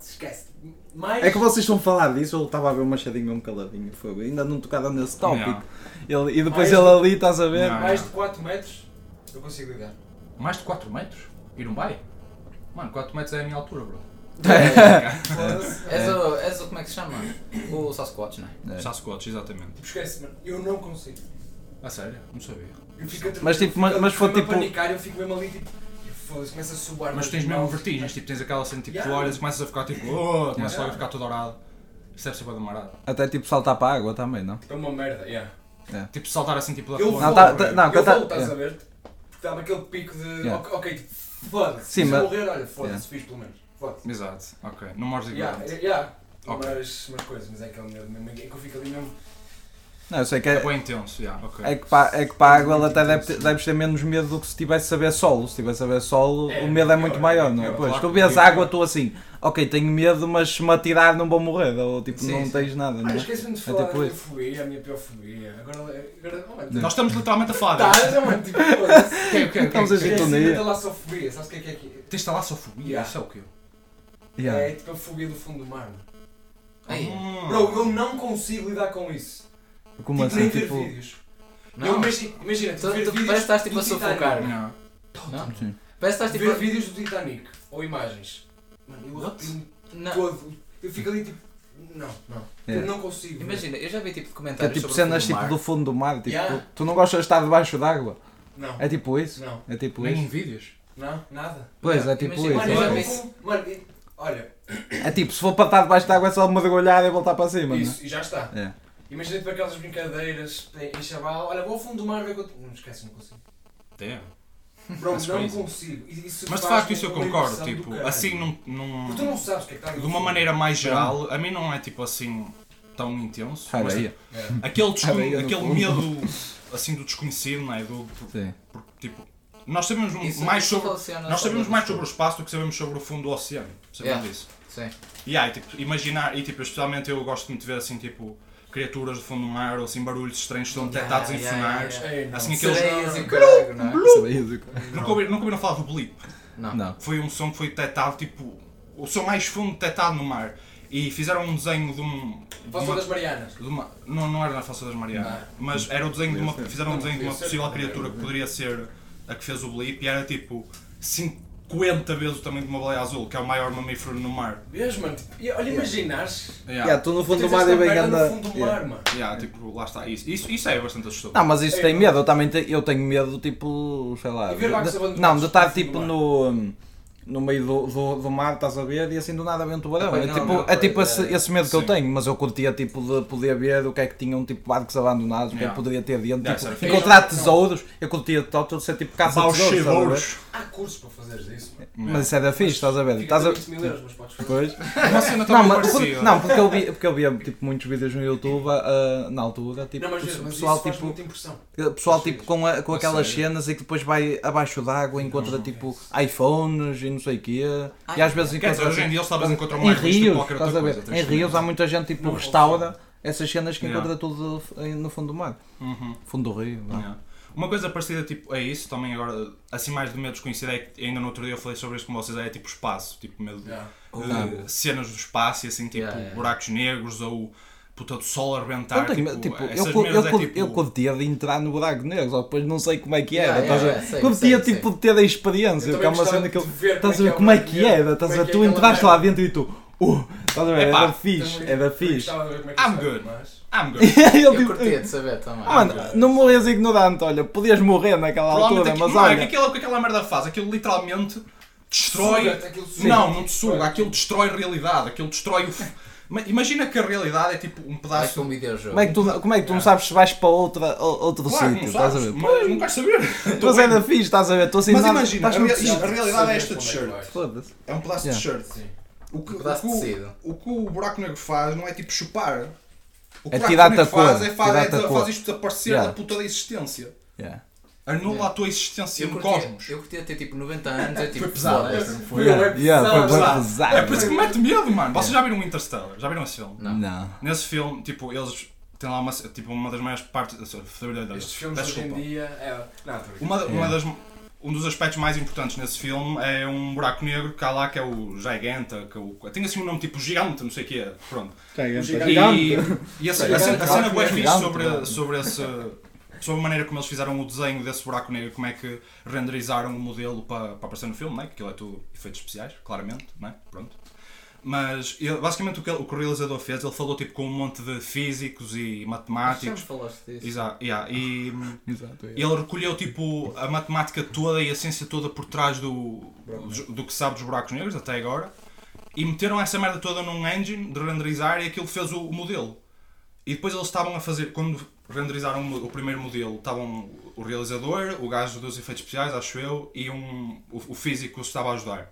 Esquece. Mais.
É que vocês estão a falar disso, ele estava a ver uma chadinha um caladinho, foi ainda não tocaram nesse tópico. Ele, e depois
Mais-
ele ali, estás a ver?
Não.
Mais de 4 metros eu consigo ligar.
Mais de 4 metros? E não vai? Mano, 4 metros é a minha altura, bro.
Ah.
Foda-se.
És o, és o, como é que se chama? O Sasquatch, não é?
É.
Sasquatch, exatamente.
Tipo, esquece, mano. Eu não consigo.
A sério? Não sabia.
Eu fico a
Mas, tipo, mas- mas
eu
foi,
fico a
tipo-
panicar, eu fico mesmo ali tipo. e Foda-se, começa a suar.
Mas tens mesmo vertigens, tipo, tens aquela cena tipo, tu
Yeah.
olhas e começas a ficar tipo, oh, começas
Yeah.
logo a ficar todo orado. Isso deve ser bem demorado.
[laughs] Até tipo saltar para a água também, não?
É uma merda, yeah.
Tipo, saltar assim, tipo, da
Eu vou,
coluna.
Não, tá- tá-
velho.
não,
eu
que tá-
vou, estás
yeah.
a ver? Porque dá-me aquele pico de.
Yeah.
ok, Ok, tipo, foda-se.
Sim,
Se
mas-
eu morrer, olha, foda-se,
Yeah.
fiz pelo menos. Foda-se.
Exato, ok. Não morres igual.
Yeah, é- yeah.
Ok.
Mas, mas coisas, mas é aquele medo mesmo. É que eu fico ali mesmo.
Não, eu sei que
É
é,
bem intenso, yeah, ok.
é que para, é que para a água ele até deve, ter- deves ter menos medo do que se tivesse a ver solo. Se tivesse a ver solo,
É,
o medo é muito
pior,
maior, não é?
é pior,
Pois,
claro
tu
que
vês
é.
água, tu assim, ok, tenho medo, mas se me atirar não vou morrer, ou tipo,
Sim,
não
sim.
tens nada, não
Ah,
é?
esqueci-me de
É
falar da
tipo
minha
isso.
fobia, a minha pior fobia. Agora. agora oh, mano,
Nós estamos literalmente a falar.
Tá,
disso.
não, mano, tipo, foda-se.
[laughs]
Ok, ok, ok.
Estamos a gente-
Esqueci-me
Sintonia.
da talassofobia, sabes o que é que é que
Tens talassofobia,
Yeah.
isso é o quê?
é?
Yeah.
É tipo a fobia do fundo do mar. mano.
Aí.
Hum.
É. Bro, eu não consigo lidar com isso.
Como
tipo,
assim?
nem ver
Tipo.
vídeos. Eu
Não, mas
imagino, imagina,
tu,
tu, ver
tu
vídeos
parece que estás tipo
do
a sufocar.
Titanic.
Não.
Não?
Sim.
Parece que estás
Ver
tipo.
vídeos do Titanic ou imagens. Mano, eu
What?
arrepio-me
Não.
todo. Eu fico ali tipo. Não, não.
É.
Eu não consigo. ver.
Imagina, eu já vi tipo
É
comentários.
tipo
sobre o
cenas
fundo
tipo do
do
fundo do mar, tipo,
Yeah.
tu, tu não gostas de estar debaixo d'água?
Não.
É tipo isso?
Não,
É tipo
Nem em
isso?
vídeos.
não, nada.
Pois, é
Yeah.
tipo
Imagina-
isso.
Mano, eu
é
já
bem.
vi como. Mano, e- olha,
É tipo, se for para estar debaixo d'água é só mergulhar e voltar para cima, não é?
isso, e já está.
É.
Imagina tipo aquelas brincadeiras em em chaval. Olha, vou ao fundo do mar ver quanto. Não esquece, não consigo.
Damn.
Bro,
That's
não
crazy.
consigo. I- Isso
Mas de
faz
facto isso eu
uma
concordo,
impressão do
tipo,
caralho.
assim não,
Porque tu não
não...
sabes o que é que está ali
De
no
uma
fundo.
maneira mais geral, a mim não é tipo assim tão intenso. mas
Areia.
É.
Aquele, descon-
Areia no
aquele
fundo.
medo assim do desconhecido, não é? Do, por-
Sim.
por- tipo, nós sabemos um-
Isso
mais
não
sobre...
relaciona
Nós
só
sabemos
com
mais
isso.
sobre o espaço do que sabemos sobre o fundo do oceano. Sabemos
Yeah.
isso.
Sim.
E aí, tipo, imaginar, e tipo, especialmente eu gosto muito de ver assim, tipo, criaturas do fundo do mar ou assim, barulhos estranhos que são
Yeah,
detectados em
yeah,
sonares.
yeah,
Ei, É, não.
Assim, aqueles-
Sereias e caralho, não é?
Isso é isso.
Nunca ouviram, nunca ouviram falar do blip.
Não.
Não.
Foi um som que foi detectado, tipo, o som mais fundo detectado no mar. E fizeram um desenho de um. de
Posso
uma-
das Marianas?
de uma- não, não era na Falsa das Marianas, mas era o desenho de uma, fizeram um desenho de uma
Podia ser.
possível criatura que poderia ser a que fez o blip e era tipo 50 vezes o tamanho de uma baleia azul, que é o maior mamífero no mar.
Vês, mano? Tipo, e olha, imaginares.
Yeah.
Yeah, tu no fundo do
tens
mar
esta
e bem
merda
anda.
no fundo do
Yeah.
mar, mano.
é Yeah, tipo, lá está. Isso, isso, isso é bastante assustador.
Não, mas isso tem medo, eu também te- eu tenho medo, tipo, sei lá.
E ver barcos
de-
abandonados
não, de estar
no fundo do
tipo no. No meio do, do, do mar, estás a ver, e assim do nada vem um tubarão.
Ah,
É
não,
tipo,
não,
é tipo
pois,
esse,
é.
esse medo que
Sim.
eu tenho, mas eu curtia tipo de poder ver o que é que tinham tipo barcos abandonados, o que é
Yeah.
que poderia ter dentro,
Yeah,
tipo,
isso era
encontrar
fixe.
tesouros. Eu curtia tal, tudo ser tipo caça de tesouros. estás a ver?
Há cursos para fazeres isso, mano.
Mas isso é da fixe, estás a ver?
Fica
Estás a...
20 mil euros, mas podes fazer.
Pois.
Uma cena
Não,
também
mas,
parecida.
não, porque eu via, porque eu via tipo, muitos vídeos no YouTube ah, na altura, tipo,
Não, mas, vês,
o
mas
pessoal,
isso faz
tipo,
muita impressão.
o pessoal tipo,
Sim.
com, a- com
A
aquelas
sério? é
cenas e que depois vai abaixo d'água e encontra tipo iPhones e não sei o quê. e às vezes
Quer dizer,
encontra.
hoje em dia eles talvez encontram
em
mais risco de
rios,
tipo, qualquer outra
estás a ver?
coisa.
Em
tens
rios
razão.
há muita gente tipo
Não,
restaura essas cenas que
Yeah.
encontra tudo eh, no fundo do mar,
Uhum.
fundo do rio. é? vá.
Yeah. Uma coisa parecida tipo, a isso, também agora, assim mais de medo desconhecido, é que ainda no outro dia eu falei sobre isto com vocês, é tipo espaço, tipo medo de
Já.
de eh, cenas do espaço e assim, tipo
Yeah, yeah.
buracos negros ou puta do sol a arrebentar.
Eu, tenho, tipo, eu,
Tá, essas
cu- eu,
merdas é
cu-
tipo-
eu curtia de entrar no buraco negro, só que depois não sei como é que era.
Yeah,
estás a
yeah,
ver?
sei,
curtia
sei,
tipo
sei.
de ter a experiência,
Eu
que é
também
uma
gostava
cena que eu.
de ver
Estás a ver como é que era, estás a ver? Tu
aquela
entraste lá
merda.
dentro e tu. Uh, estás a ver?
Epá,
Era fixe, era [laughs] fixe.
Gostava de ver como é que
I'm
isso era,
good.
mas-
I'm good.
Ele
Eu
tipo,
curtia de saber também.
"Ah, Mano, não morres ignorante, olha, podias morrer naquela [laughs]
Provavelmente
altura,
aquilo,
mas
não, é que
olha.
aquilo que aquela merda faz, aquilo literalmente destrói.
Suga-te, aquilo suga-te.
Não, não te suga, aquilo destrói a realidade, aquilo destrói o. f- Ma- Imagina que a realidade é tipo um
Vais
pedaço.
para um videojogo.
Como é que tu, como é que tu não sabes se vais para outra, ou- outro
Claro,
um sítio?
não
Estás a
sabes,
ver?
mas não queres saber.
Mas é era fixe, estás a ver? Estou assim,
Mas
nada-
imagina, a,
estás muito
rea- a
triste.
realidade é esta
Sabes
de
como é
shirt.
que vais.
Foda-se.
É um pedaço
Yeah.
de shirt.
Sim.
O que,
Um
o,
pedaço de
que
tecido.
o, o que o buraco negro faz não é tipo chupar. O que
É
o buraco
tirar-te
negro
a cor,
faz é, faz, é
tirar-te a cor.
faz isto desaparecer
Yeah.
da puta da existência.
Yeah.
Anula a tua existência
Eu
no
curtia,
cosmos.
eu curtia ter tipo 90 anos, é tipo.
Foi pesado,
foda-se.
esta, não foi?
Yeah, yeah, foi bué
pesado.
pesado.
É por isso que me mete medo, mano. Vocês já viram o Interstellar? Já viram esse filme?
Não.
Não.
Nesse filme, tipo, eles têm lá uma, tipo, uma das maiores partes.
Estes filmes
Peço
hoje em
desculpa.
dia. É... Não, tô brincando.
Uma, uma das, um dos aspectos mais importantes nesse filme é um buraco negro que há lá que é o Giganta, que é o, tem assim um nome tipo Gigante, não sei o que é. Pronto.
Um
E, e a, a- a cena- a cena
Gigante.
que é fixe
Gigante.
sobre, sobre esse. Sobre a maneira como eles fizeram o desenho desse buraco negro, como é que renderizaram o modelo para, para aparecer no filme, não é? Que aquilo é tudo efeitos especiais, claramente, não é? Pronto. Mas ele- basicamente o que, ele- o que o realizador fez, ele falou tipo com um monte de físicos e
Acho que já me
matemáticos.
falaste disso.
Exato, yeah, e
Exato. yeah.
ele recolheu tipo a matemática toda e a ciência toda por trás do, do, do que sabe dos buracos negros até agora e meteram essa merda toda num engine de renderizar e aquilo fez o, o modelo. E depois eles estavam a fazer, quando renderizaram o, mo- o primeiro modelo, estavam o realizador, o gajo dos efeitos especiais, acho eu, e um, o, o físico que os estava a ajudar.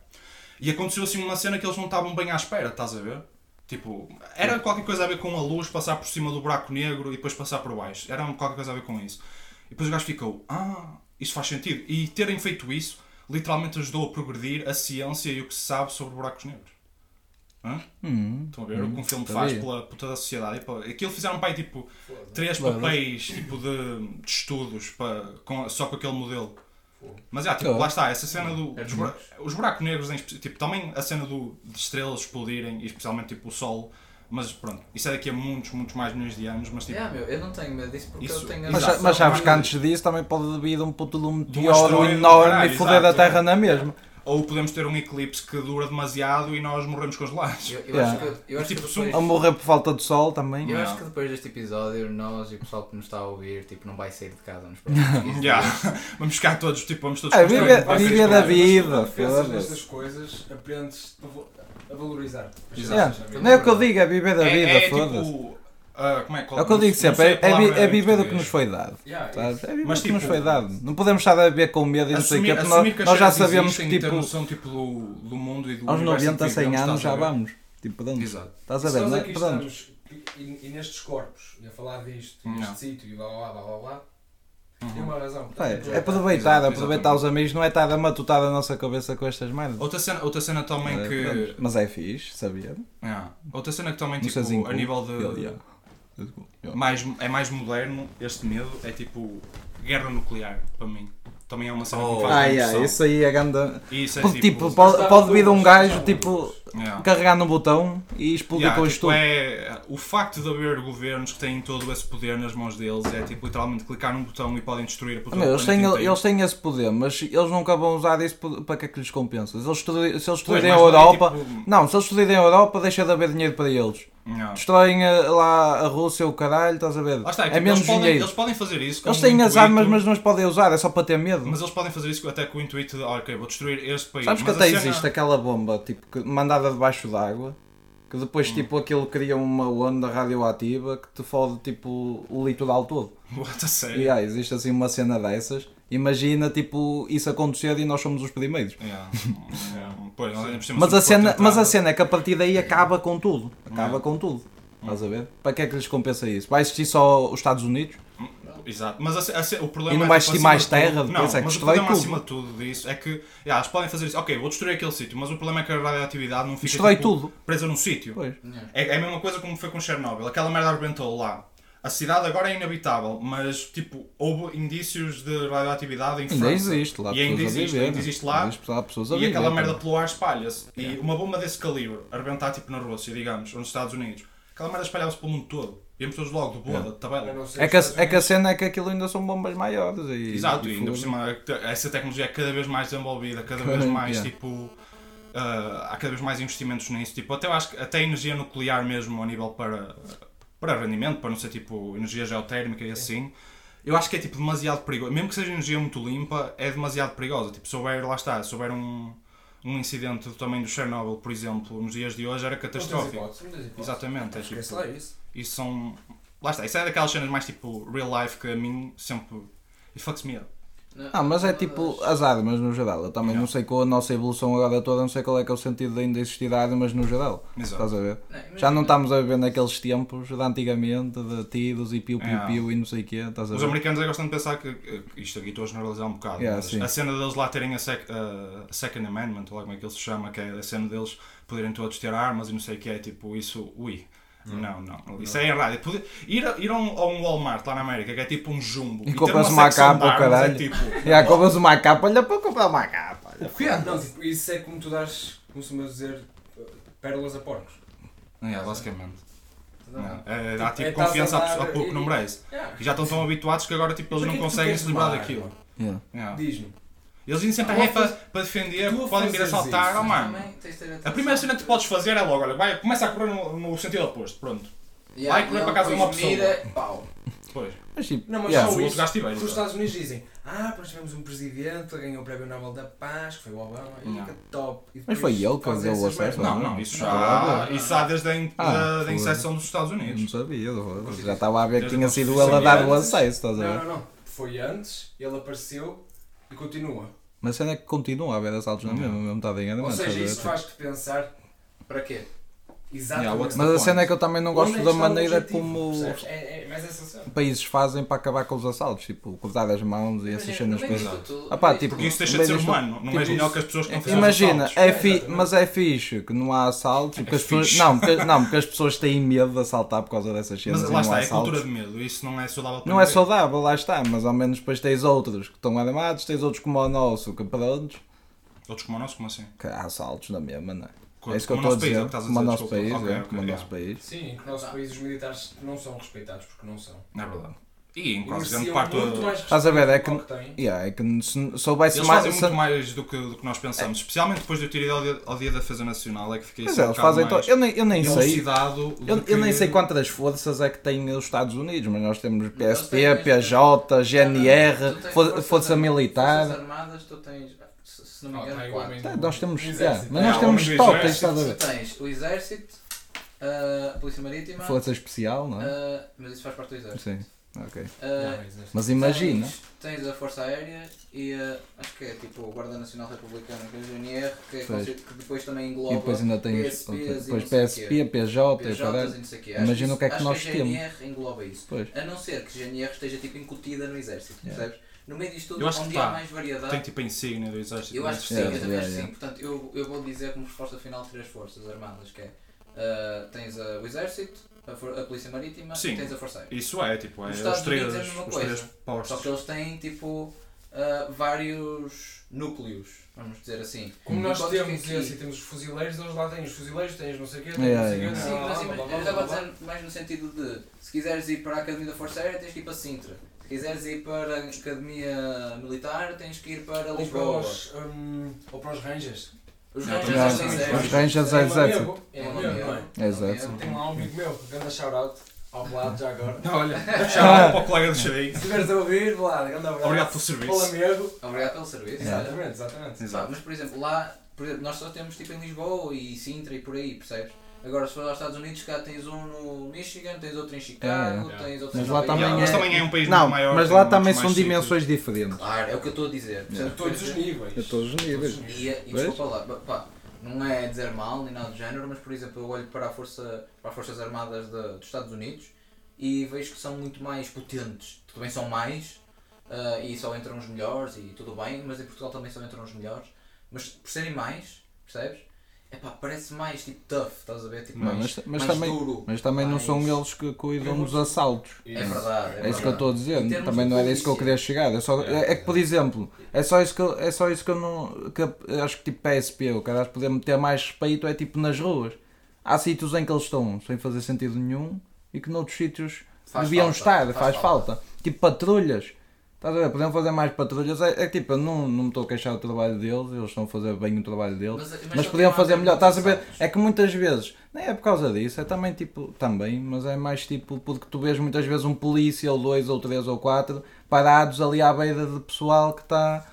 E aconteceu assim uma cena que eles não estavam bem à espera, estás a ver? Tipo, era qualquer coisa a ver com a luz passar por cima do buraco negro e depois passar por baixo. Era qualquer coisa a ver com isso. E depois o gajo ficou, ah, isto faz sentido. E terem feito isso literalmente ajudou a progredir a ciência e o que se sabe sobre buracos negros. Hã?
Hum.
Estão a ver o que um filme
sabia.
faz pela, por toda a sociedade? E pela- Aquilo fizeram pai tipo três papéis tipo, de, de estudos para, com- só com aquele modelo. Mas já, tipo,
Claro.
lá está, essa cena do.
É
dos bura- os buracos negros, em, espe- tipo, também a cena do, de estrelas explodirem, e especialmente tipo, o Sol. Mas pronto, isso é daqui a muitos, muitos mais milhões de anos. Mas tipo,
Yeah, meu, eu não tenho medo disso porque
Isso-
eu tenho a
Mas,
noção
mas sabes
de-
que antes disso também pode vir um puto de um
um
meteoro
asteroide,
enorme
caralho,
e foder a
exato. é.
Terra é na mesma.
ou podemos ter um eclipse que dura demasiado e nós morremos congelados.
Eu, eu
Yeah.
acho que, eu acho
Tipo,
que
sou-
depois,
Ou morrer por falta de sol também.
eu acho
Não.
que depois deste episódio nós e o pessoal que nos está a ouvir tipo, não vai sair de
[laughs]
casa nos
[laughs]
próximos dias.
Yeah. [laughs] Vamos ficar todos, tipo, vamos todos
É,
construir
vive,
várias
vive da
coisas.
vida,
Quando pensas nestas
foda-se.
coisas, aprendes a val- a valorizar.
Yeah, Não é o que eu digo, é viver da
É, é
vida, foda-se.
tipo. ah, como é, qual-
É o que eu
não-
digo
não
sempre,
sei a
é, é, vi-
palavra
é
em
viver do que
português.
nos foi dado.
Yeah,
Sabes? É viver
Mas,
do que nos
tipo,
foi dado. Não podemos estar a viver com medo e não sei o
Assumir,
quê, porque
assumir
nós,
que as
nós já
cenas
sabemos que
existem e ter
tipo,
noção, tipo, do, do mundo e do
aos
universo em
90,
é que
100
vivemos,
anos
estás a
já
ver?
vamos. Tipo, podemos.
Exato.
Estás a
Se
ver,
nós
não é?
aqui
Podemos.
estamos e, e nestes corpos e a falar disto, e
Não.
neste sítio e blá blá blá blá blá, tem uma razão.
Uhum. Pá, É
Portanto,
aproveitar,
Exato,
aproveitar os amigos, não é estar a matutar a nossa cabeça com estas merdas.
Outra cena, outra cena também
É,
que.
pronto. Mas é fixe, sabia?
Yeah. Outra cena que também,
Um
tipo,
sozinho
a nível de.
Ele, yeah.
mais, é mais moderno este medo, é tipo. Guerra nuclear, para mim. Também é uma cena que me faz.
Ah,
bem
yeah,
impressão.
isso aí é ganda.
E isso é
Porque, tipo,
tipo
pode, pode vir um
Estava
gajo,
todos,
tipo,
yeah.
carregar no botão e explodir
Yeah,
com
tipo,
isto tudo.
é, o facto de haver governos que têm todo esse poder nas mãos deles é tipo literalmente clicar num botão e podem destruir a puta
Ah, Meu,
do
eles, têm,
planeta inteiro.
eles têm esse poder, mas eles nunca vão usar isso por- para que é que lhes compensa. Se eles destruí- se eles
Pois,
destruírem a
mas não é,
Europa.
tipo,
Não, se eles destruírem a Europa, deixa de haver dinheiro para eles.
não.
Destroem a- lá a Rússia, o caralho, estás a ver?
Lá está, é,
é
tipo,
menos
eles, podem,
dinheiro.
eles podem fazer isso. com
Eles têm
um
as armas,
intuito-
mas não as podem usar, é só para ter medo.
Mas eles podem fazer isso até com o intuito de, "Ah, ok, vou destruir este país.
Sabes que
Mas
até
a cena-
existe aquela bomba tipo, que- mandada debaixo d'água que depois
Hum.
tipo, aquilo cria uma onda radioativa que te fode tipo, o litoral todo.
[laughs] What a sério?
E ah, existe assim uma cena dessas. Imagina tipo, isso acontecer e nós somos os primeiros.
Yeah. Yeah. Pois, nós ainda por cima
Mas a,
somos
cena,
portanto,
mas a
ah,
cena é que a partir daí acaba com tudo.
é?
Acaba com tudo. Estás a ver? Para que é que lhes compensa isso? Vai existir só os Estados Unidos?
Exato, mas a ce- a ce- o problema
E não
é,
vai existir
tipo, acima
mais
de tudo-
terra,
não,
depois é que
mas o
destrói
problema
tudo.
acima de tudo disso é que yeah, eles podem fazer isso, ok, vou destruir aquele sítio, mas o problema é que a radioatividade não fica
Destrói
tipo,
tudo.
presa num sítio.
Pois.
É, é a mesma coisa como foi com Chernobyl. Aquela merda arrebentou lá. A cidade agora é inabitável, mas tipo, houve indícios de radioatividade em
Ainda
França.
existe lá
E ainda
pessoas a
existe,
viver.
ainda existe lá.
Ainda existe lá pessoas a
E
viver,
aquela merda
então.
pelo ar espalha-se. E uma bomba desse calibre, arrebentar tipo na Rússia, digamos, ou nos Estados Unidos, aquela merda espalhava-se pelo mundo todo. Íamos todos logo de boda, de
a
tabela.
não ser
É que, a,
os
é que a
Estados
cena é que aquilo ainda são bombas maiores. E,
né?
tipo-
Exato,
e
e ainda por
foda.
cima a te- essa tecnologia é cada vez mais desenvolvida, cada
Claro,
vez mais
yeah.
tipo. ah, há cada vez mais investimentos nisso. Tipo, até eu acho que até a energia nuclear mesmo a nível para, para rendimento, para não ser tipo energia geotérmica e assim. Eu acho que é tipo demasiado perigoso. Mesmo que seja energia muito limpa, é demasiado perigosa. Tipo, se houver, lá está, se houver um, um incidente do tamanho do Chernobyl, por exemplo, nos dias de hoje, era
Unidos, muitas
catastrófico.
hipóteses, muitas hipóteses.
Exatamente. É,
Esquece
tipo,
lá isso.
isso são. Lá está, isso é daquelas cenas mais tipo real life que a mim sempre. It fucks me up.
Não,
Ah, mas é tipo as armas no geral. Eu também não sei com a nossa evolução agora toda, não sei qual é que é o sentido de ainda existir armas no geral.
Exato. É,
Estás a ver?
Não, imagina.
Já não estamos a viver naqueles tempos de antigamente de tiros e piu-piu-piu e não sei o quê. Estás a
Os
ver?
americanos é gostam de pensar que. que- Isto aqui estou a generalizar um bocado.
Yeah,
mas
sim.
a cena deles lá terem a, sec- a- a Second Amendment, ou lá como é que ele se chama, que é a cena deles poderem todos ter armas e não sei o que é, tipo, isso, ui. Não, não, Isso é errado. Poder- Ir, a, ir a um, a um Walmart lá na América, que é tipo um jumbo.
E
ter
compras
uma
uma
secção
capa,
de armas,
caralho.
É tipo.
Já compras uma capa, olha para comprar uma capa. olha.
Não, tipo, isso é como tu dás, como se dizer, uh, pérolas a porcos.
Yeah, basicamente.
Não.
Não, é, dá tipo
É, estás a
confiança a, pessoa-
dar-
a pouco
e-
no braço.
Yeah.
é E já estão tão habituados que agora tipo, eles
Mas
não
o que é que tu
conseguem
queres
se livrar
tomar?
daquilo.
Yeah.
Yeah.
Diz-me.
Eles dizem sempre
Tu a
é para,
faz-
para defender,
tu a
podem vir
fazeres
assaltar,
isso,
oh mano.
Também tens de ter
A
atenção.
primeira cena que tu podes fazer é logo, olha, vai, começa a correr no, no sentido oposto, pronto. vai correr
não,
para casa de é uma
depois mira, pau.
Depois.
Mas tipo,
Não, mas
yeah.
só
só
o
isso.
gajo tiver,
Os
então.
Estados Unidos dizem, ah, pois tivemos um presidente, ganhou o prémio Nobel da Paz, que foi o Obama,
Não.
e que top. E
Mas foi
depois
ele que
fazem
deu o
essas
acesso,
merdas.
Não, não, isso já,
Ah,
isso há desde a, in-
Ah,
da- da
foi.
inserção dos Estados
não
Unidos.
sabia. eu Já estava a ver que
Desde
tinha
a
sido ela
Constituição
a dar o
de antes.
acesso, estás a
Não,
ver?
não, não. Foi antes, ele apareceu e continua.
Mas a cena é que continua a haver assaltos na
Não.
mesma, mesmo está enganado.
Ou
Mas
seja, isso
a
faz-te pensar
Para quê?
exatamente.
Yeah, what's the point?
cena é que eu também não
Onde
gosto
é que
da
está o
maneira
objetivo,
como
percebes? É, é, mas essa cena.
países fazem para acabar com os assaltos, tipo, cortar as mãos e essas
Imagina,
cenas
no meio
coisas.
disto tudo,
Ah pá,
no meio
tipo,
Porque isso deixa
Bem,
de ser
deixa-
humano, não é
tipo
genial
isso.
que as pessoas que não fizeram
Imagina, é fi-
Exatamente.
mas é fixe que não há assaltos, porque, as pessoas,
É fixe.
não, porque, não, porque as pessoas têm medo de assaltar por causa dessas cenas.
Mas
e
lá
não há
está, é
assaltos.
cultura de medo, isso não é saudável para
um Não é
ninguém.
saudável, lá está, mas ao menos depois tens outros que estão armados, tens outros como o nosso, que pronto,
Outros como o nosso, como assim?
que há assaltos na mesma, não é?
Co-
é isso que eu
como
estou
o
a
nosso país, é o
dizer,
que estás a
como o
dizer,
nosso país,
desculpa. Ok,
é,
ok,
como o
yeah.
nosso país.
Sim, em que no nosso país os militares não são respeitados porque não são.
Não é verdade. E em quase grande
Mereciam
parte.
muito mais
Estás a ver, é
respeito
que-
ao têm.
Yeah, é que se soubesse
Eles
mais.
fazem
se-
muito mais do que, do que nós pensamos, especialmente depois de eu ter ido ao dia, ao dia da Defesa Nacional, é que fiquei
Pois
assim
é,
um
eles
bocado
fazem.
mais
to- Eu nem, eu nem sei.
elucidado do
Eu, eu nem
que-
sei quantas forças é que tem os Estados Unidos, mas nós temos PSP,
tens-
PJ,
Não,
GNR,
tu tens
for-
forças
Força
armadas- Forças
Militar.
armadas, tu tens, se se não me
Ah, tá
engano,
igual,
quatro.
mesmo.
Tá, Nós temos.
Exército.
yeah, mas nós
É,
temos
homem do
top,
exército.
estás a
Tu
ver?
tens o Exército, ah, a Polícia Marítima,
Força Especial, não é?
ah, mas isso faz parte do Exército.
Sim, ok.
Ah,
Não, exército.
Mas imagina.
Tens, tens a Força Aérea e a, acho que é tipo a Guarda Nacional Republicana, que é a GNR, que, é
Pois.
consider- que depois também engloba
E depois ainda tens.
PSPs e
Depois
não sei o quê.
PSP, PJ, e
PJs e
caralho.
não sei o quê.
é Imagina
Acho
o que é que
isso-
nós
acho
temos.
a GNR engloba isso.
Pois.
A não ser que a GNR esteja tipo incutida no Exército,
Yeah.
percebes? No meio disto tudo,
Eu acho que
onde há
tá.
mais variedade,
Tem tipo a insígnia do exército.
Eu acho que sim,
Yeah,
eu também
yeah,
acho que sim.
yeah.
Portanto, eu, eu vou dizer como resposta final três forças armadas, que é ah, tens ah, o Exército, a, for- a Polícia Marítima
Sim.
e tens a Força Aérea.
Isso é, tipo, é
Os
os,
Estados
três,
Unidos é a mesma
os
coisa.
três
Só que
postos.
eles têm tipo ah, vários núcleos, vamos dizer assim.
Como É. nós
Enquanto que
temos
aqui-
esse, temos os fuzileiros, eles lá têm os fuzileiros, tens não sei o quê,
É,
tens
Yeah,
não sei o quê,
yeah.
tens
Sim,
blá,
mas
blá, blá,
imagina, eu
blá,
estava a
blá, blá.
dizer mais no sentido de se quiseres ir para a Academia da Força Aérea tens que ir para Sintra. Se quiseres ir para a Academia Militar tens que ir para
Ou para
Lisboa.
os, hum, ou para os Rangers.
Os
Não,
Rangers
também
já
acho
são
que sim.
exércitos.
Os Rangers é
É um
exército.
amigo, É um amigo, não é?
É exército.
Tem lá um amigo meu, grande shout-out ao Vlad já
[laughs]
agora.
Olha,
[laughs]
chama para o colega do Xerei.
Se estiveres a ouvir, Vlad, grande abraço.
Obrigado pelo
Olá,
serviço. É.
amigo.
Obrigado pelo serviço. olha.
Exatamente, exatamente.
Pá,
Exato.
mas por exemplo, lá, por exemplo, nós só temos tipo em Lisboa e Sintra e por aí, percebes? Agora se for aos Estados Unidos, cá tens um no Michigan, tens outro em Chicago,
É, é.
tens outro
Mas
em
lá
Nova
também
Yeah,
Iorque.
é-
mas também é um país
Não,
muito maior.
mas
tem
lá
muitos
também
mais
são
sítios.
dimensões diferentes.
Claro, é o que eu estou a dizer.
A
Portanto,
todos os níveis.
A todos os níveis.
E, e
Pois.
desculpa lá, pá, não é dizer mal nem nada do género, mas por exemplo, eu olho para, a força, para as Forças Armadas de- dos Estados Unidos e vejo que são muito mais potentes. Também são mais ah, e só entram os melhores e tudo bem, mas em Portugal também só entram os melhores. Mas por serem mais, percebes? É pá, parece mais tipo tough, estás a ver? Tipo,
Não,
mais,
mas, mas
mais
também,
duro.
mas também não
mais-
são eles que cuidam dos assaltos.
É verdade,
É isso que
é,
eu
verdade.
estou a dizer,
Em termos
também
de
não era isso que eu
polícia.
queria chegar. É, só, é, é que, por exemplo, é só isso que eu, é só isso que eu não. Que eu acho que tipo PSP, o cara poder meter mais respeito é tipo nas ruas. Há sítios em que eles estão sem fazer sentido nenhum e que noutros sítios
Faz
deviam
falta,
estar, faz,
faz
falta. Tipo patrulhas. Estás a ver? Podiam fazer mais patrulhas. É, é que, tipo, eu não, não me estou a queixar do trabalho deles, eles estão a fazer bem o trabalho deles.
Mas- mas
Mas,
só
podiam
tem
fazer
uma-
melhor, estás a ver? É que muitas vezes, nem é por causa disso, é também tipo, também, mas é mais tipo porque tu vês muitas vezes um polícia, ou dois, ou três, ou quatro, parados ali à beira de pessoal que está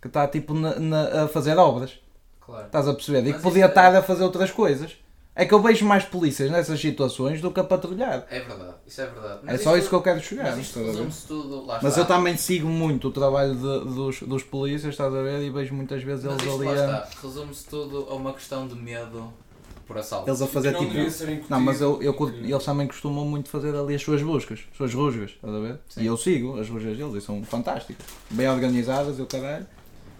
que está tipo na- na- a fazer obras.
Claro.
Estás a perceber? E
Mas
que podia
isso é-
estar a fazer outras coisas. É que eu vejo mais polícias nessas situações do que a patrulhar.
É verdade, isso é verdade.
é só isso que eu quero chegar.
Mas isto
estás a ver?
resume-se tudo, lá
Mas
está.
eu também sigo muito o trabalho de- dos, dos polícias, estás a ver? E vejo muitas vezes
Mas
eles
isto
ali ah,
lá
a,
está, resume-se tudo a uma questão de medo por assalto.
eles a fazer
não devia
tipo.
ser incutido.
Não, mas eu, eu curto- eles também costumam muito fazer ali as suas buscas, as suas rusgas, estás a ver? E eu sigo as rusgas deles e são fantásticas. Bem organizadas e o caralho.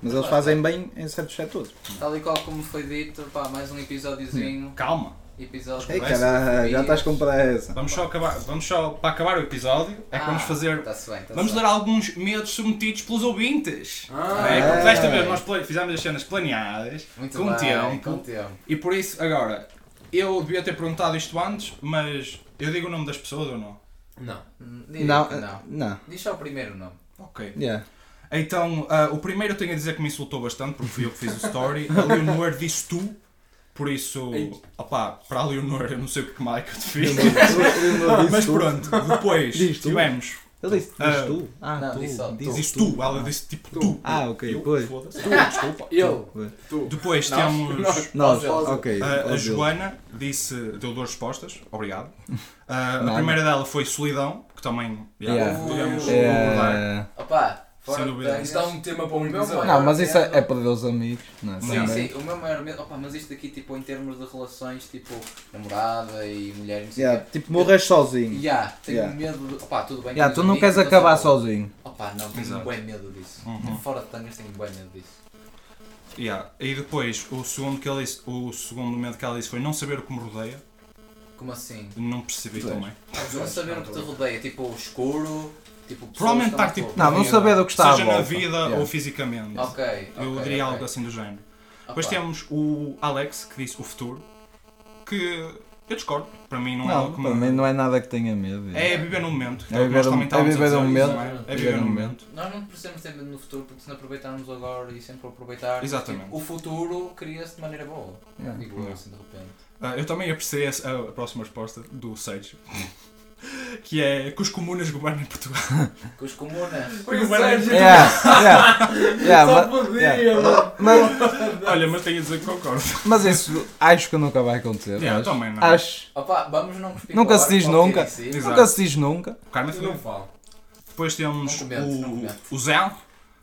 Mas eles fazem bem em certos setores.
Tal e qual como foi dito, pá, mais um episódiozinho.
Calma,
Episódio
Ei
Vai ser
caralho, já estás com pressa.
vamos só acabar, vamos só para acabar o episódio é que vamos fazer
Está-se Ah, bem, está
Vamos dar alguns medos submetidos pelos ouvintes.
Ah.
é, porque desta vez nós pla- fizemos as cenas planeadas,
Muito
com
bem,
tempo.
com tempo.
E por isso, agora, eu devia ter perguntado isto antes, mas eu digo o nome das pessoas ou não?
Não.
Hum, Diria
Não, eh,
que não.
não.
Diz só o primeiro nome.
Ok.
[laughs] Yeah.
Então, ah, o primeiro eu tenho a dizer que me insultou bastante, porque fui eu que fiz o story. A Leonor disse tu, por isso, opá, para a Leonor eu não sei o que mais que eu te fiz. Ah, mas pronto, depois
Diz tu.
tivemos.
Ele disse,
Ah,
diz tu? Ah,
não,
tu.
disse só tu.
Diz tu, ela disse tipo tu.
Ah, ok,
Eu?
pois.
Foda-se. Tu, desculpa.
Eu.
Depois
Nós.
temos.
Nós.
[laughs] Nós,
Pausa.
ok.
Ah, A, a
óbvio.
Joana disse, deu duas respostas, obrigado. Ah,
Nada.
a primeira dela foi solidão, que também já,
Yeah.
podemos concordar.
É,
Opa, fora
Sem
de
dúvida. Então,
Isto dá um tema para um
Não,
episódio.
Não, mas isso é, é perder os amigos. Não, é?
Sim,
Não.
Também.
sim, o meu maior medo, opa, mas isto aqui tipo em termos de relações tipo namorada e mulher e não sei o
Yeah,
quê.
tipo, morres sozinho.
Yeah, tenho
Yeah.
medo de. Opa, tudo bem.
Yeah,
tens
É tu não
amigos,
queres
então
acabar
tá
só-
sozinho.
Opa, não, tenho
Exato. Uhum.
bem medo disso. Fora de tangas tenho bem medo disso.
Yeah. E depois, o segundo, que ela disse, o segundo momento que ela disse foi não saber o que me rodeia,
Como assim?
não percebi
Pois.
também.
Não saber o que te rodeia, tipo escuro, tipo pessoas
Provavelmente
que estão
estar tipo.
à
Não,
na
não
vida,
saber o que está à
Seja na
volta.
vida
Yeah.
ou fisicamente.
toa. Ok,
Eu
ok,
diria
ok.
algo assim do género.
Opa,
Depois temos o Alex, que disse o futuro, que eu discordo, para mim não, é
Não,
algo que me-
para mim não é nada que tenha medo.
É viver no momento. que
É
o que
viver
nós
no-
também estávamos
é viver
a dizer,
no momento.
não É É viver no momento.
Nós não precisamos ter medo no futuro porque se não aproveitarmos agora e sempre aproveitar,
Exatamente. É,
tipo, o futuro cria-se de maneira boa.
Yeah.
Digo eu assim de repente.
Ah, eu também apreciei essa- a, a próxima resposta do Sage, [laughs] que é que os comunas governam Portugal.
Com os comunas.
Foi o Sérgio.
Yeah, yeah, yeah,
Só
ma-
podia,
yeah. É,
mano.
mas,
Olha, mas tenho a dizer que concordo.
mas isso acho que nunca vai acontecer.
Yeah,
acho.
também É, não.
É Acho.
Opa, vamos não cuspir
Nunca
para o
se
ar,
diz
como o
nunca.
TDC.
Exato.
Nunca se diz nunca.
O Carmen
Eu
foi-
não falo.
Depois temos
Não comento, não comento.
o, o Zé,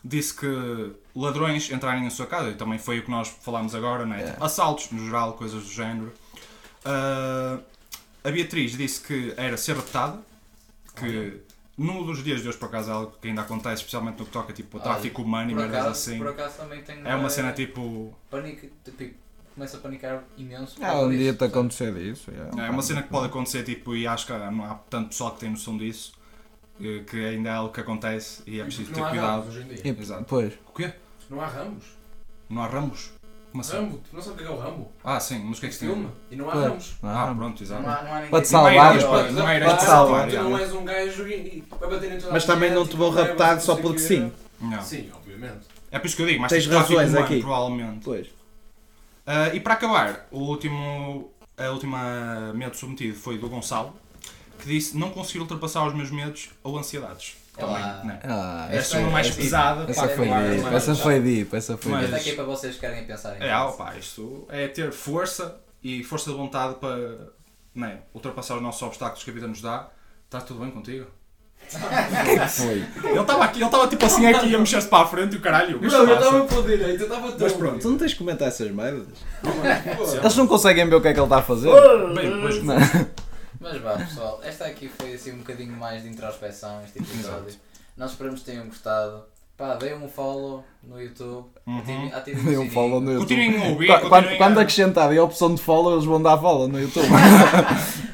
disse que ladrões entrarem na sua casa, e também foi o que nós falámos agora, não é? Tipo, assaltos, no geral, coisas do género. Ah, a Beatriz disse que era ser raptada, que num dos dias de hoje, por acaso, é algo que ainda acontece, especialmente no que toca tipo, ao
Olha,
tráfico humano e
Por
merdas
acaso,
assim.
por acaso também tenho.
É uma
eh,
cena tipo.
Panico, tipo, começo a panicar imenso.
Ah, um dia te
tá
acontecer isso. yeah.
É uma cena que pode acontecer tipo, e acho que não há tanto pessoal que tem noção disso, eh, que ainda é algo que acontece e é preciso ter
Não há ramos
cuidado.
hoje em dia.
E,
Exato.
Pois.
O quê?
Não há ramos.
Não há ramos? Como assim?
Rambo, tu não sabes o que é o Rambo?
Ah, sim, mas o que é que se tem?
Filme. E não há
Claro.
ramos.
Ah, pronto, exato.
Não há, não há ninguém.
Para te
Não há
salvar,
heróis,
para-
não
não
há
há
heróis.
heróis.
Pá,
salvar,
Tu
já.
não és um gajo e, e para bater em toda
Mas
a
também
gente,
não te vão
levas,
raptar
não é
só
sei
porque
quê.
sim.
Não.
Sim, obviamente.
É por isso que eu digo, mas
Tens
tipo, tráfico
razões
humano,
aqui.
provavelmente.
Pois.
Ah, e para acabar, o último, a última medo submetido foi do Gonçalo, que disse não conseguir ultrapassar os meus medos ou ansiedades. Também,
Ah.
né?
Ah,
Esta é uma mais
essa-
pesada.
Essa é
pá,
foi
claro,
deep,
mas-
essa foi deep, essa foi
Mas-
deep.
Isto aqui é para vocês que querem pensar em
É,
casa.
opa, isto é ter força e força de vontade para né, ultrapassar os nossos obstáculos que a vida nos dá. Está tudo bem contigo?
Foi.
Ele estava aqui, ele estava tipo assim aqui a mexer-se para a frente e o caralho.
Não,
mas
eu
faça.
estava para o direito, eu estava todo.
Mas pronto.
Tu não tens que comentar essas merdas?
Pô.
Eles não conseguem ver o que é que ele está a fazer?
Bem, pois,
Mas vá, pessoal, esta aqui foi assim um bocadinho mais de introspeção, este episódio. Nós esperamos que tenham gostado. Pá, deem um follow no YouTube. Ativem, ativem o
Dei um
sininho.
follow no YouTube.
Continuem a ouvir,
Qua- Quando,
continuem
quando é
a-
acrescentarem a opção de follow, eles vão dar follow no YouTube.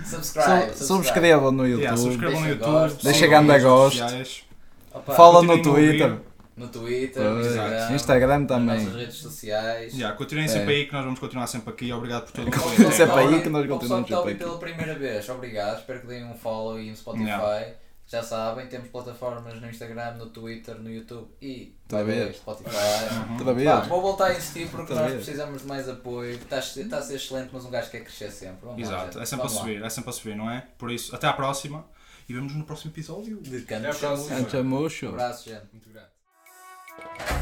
Subscribe.
Sub- Subscrevam no YouTube.
Yeah, subscrevam no
Deixem
YouTube,
gosto.
Deixem
sigam
grande
nas redes
gosto.
sociais.
Opa,
Follow no
continuem a ouvir.
Twitter.
no Twitter, no
Pois,
Instagram,
Instagram
nas
também.
nossas redes sociais.
Yeah,
É.
continuem sempre aí que nós vamos continuar sempre aqui. Obrigado por todo o
Ao
apoio.
pessoal
Sempre
até
é aí
agora.
que nós
ao
continuamos
pessoal que
sempre
está a ouvir pela primeira vez, obrigado. Espero que deem um follow aí no Spotify.
Yeah.
Já sabem, temos plataformas no Instagram, no Twitter, no YouTube e
Outra vez.
Spotify.
Outra vez.
Pá, vou voltar a insistir porque
Outra
nós
vez.
precisamos de mais apoio. Está a, ser- está a ser excelente, mas um gajo quer crescer sempre. Vamos lá,
Exato,
gente.
é sempre a
Vamos lá.
subir, é sempre a subir, não é? Por isso, até à próxima e vemos no próximo episódio.
De canto.
é
Até à próxima.
Anchamucho.
abraço, gente.
Muito grato.
Thank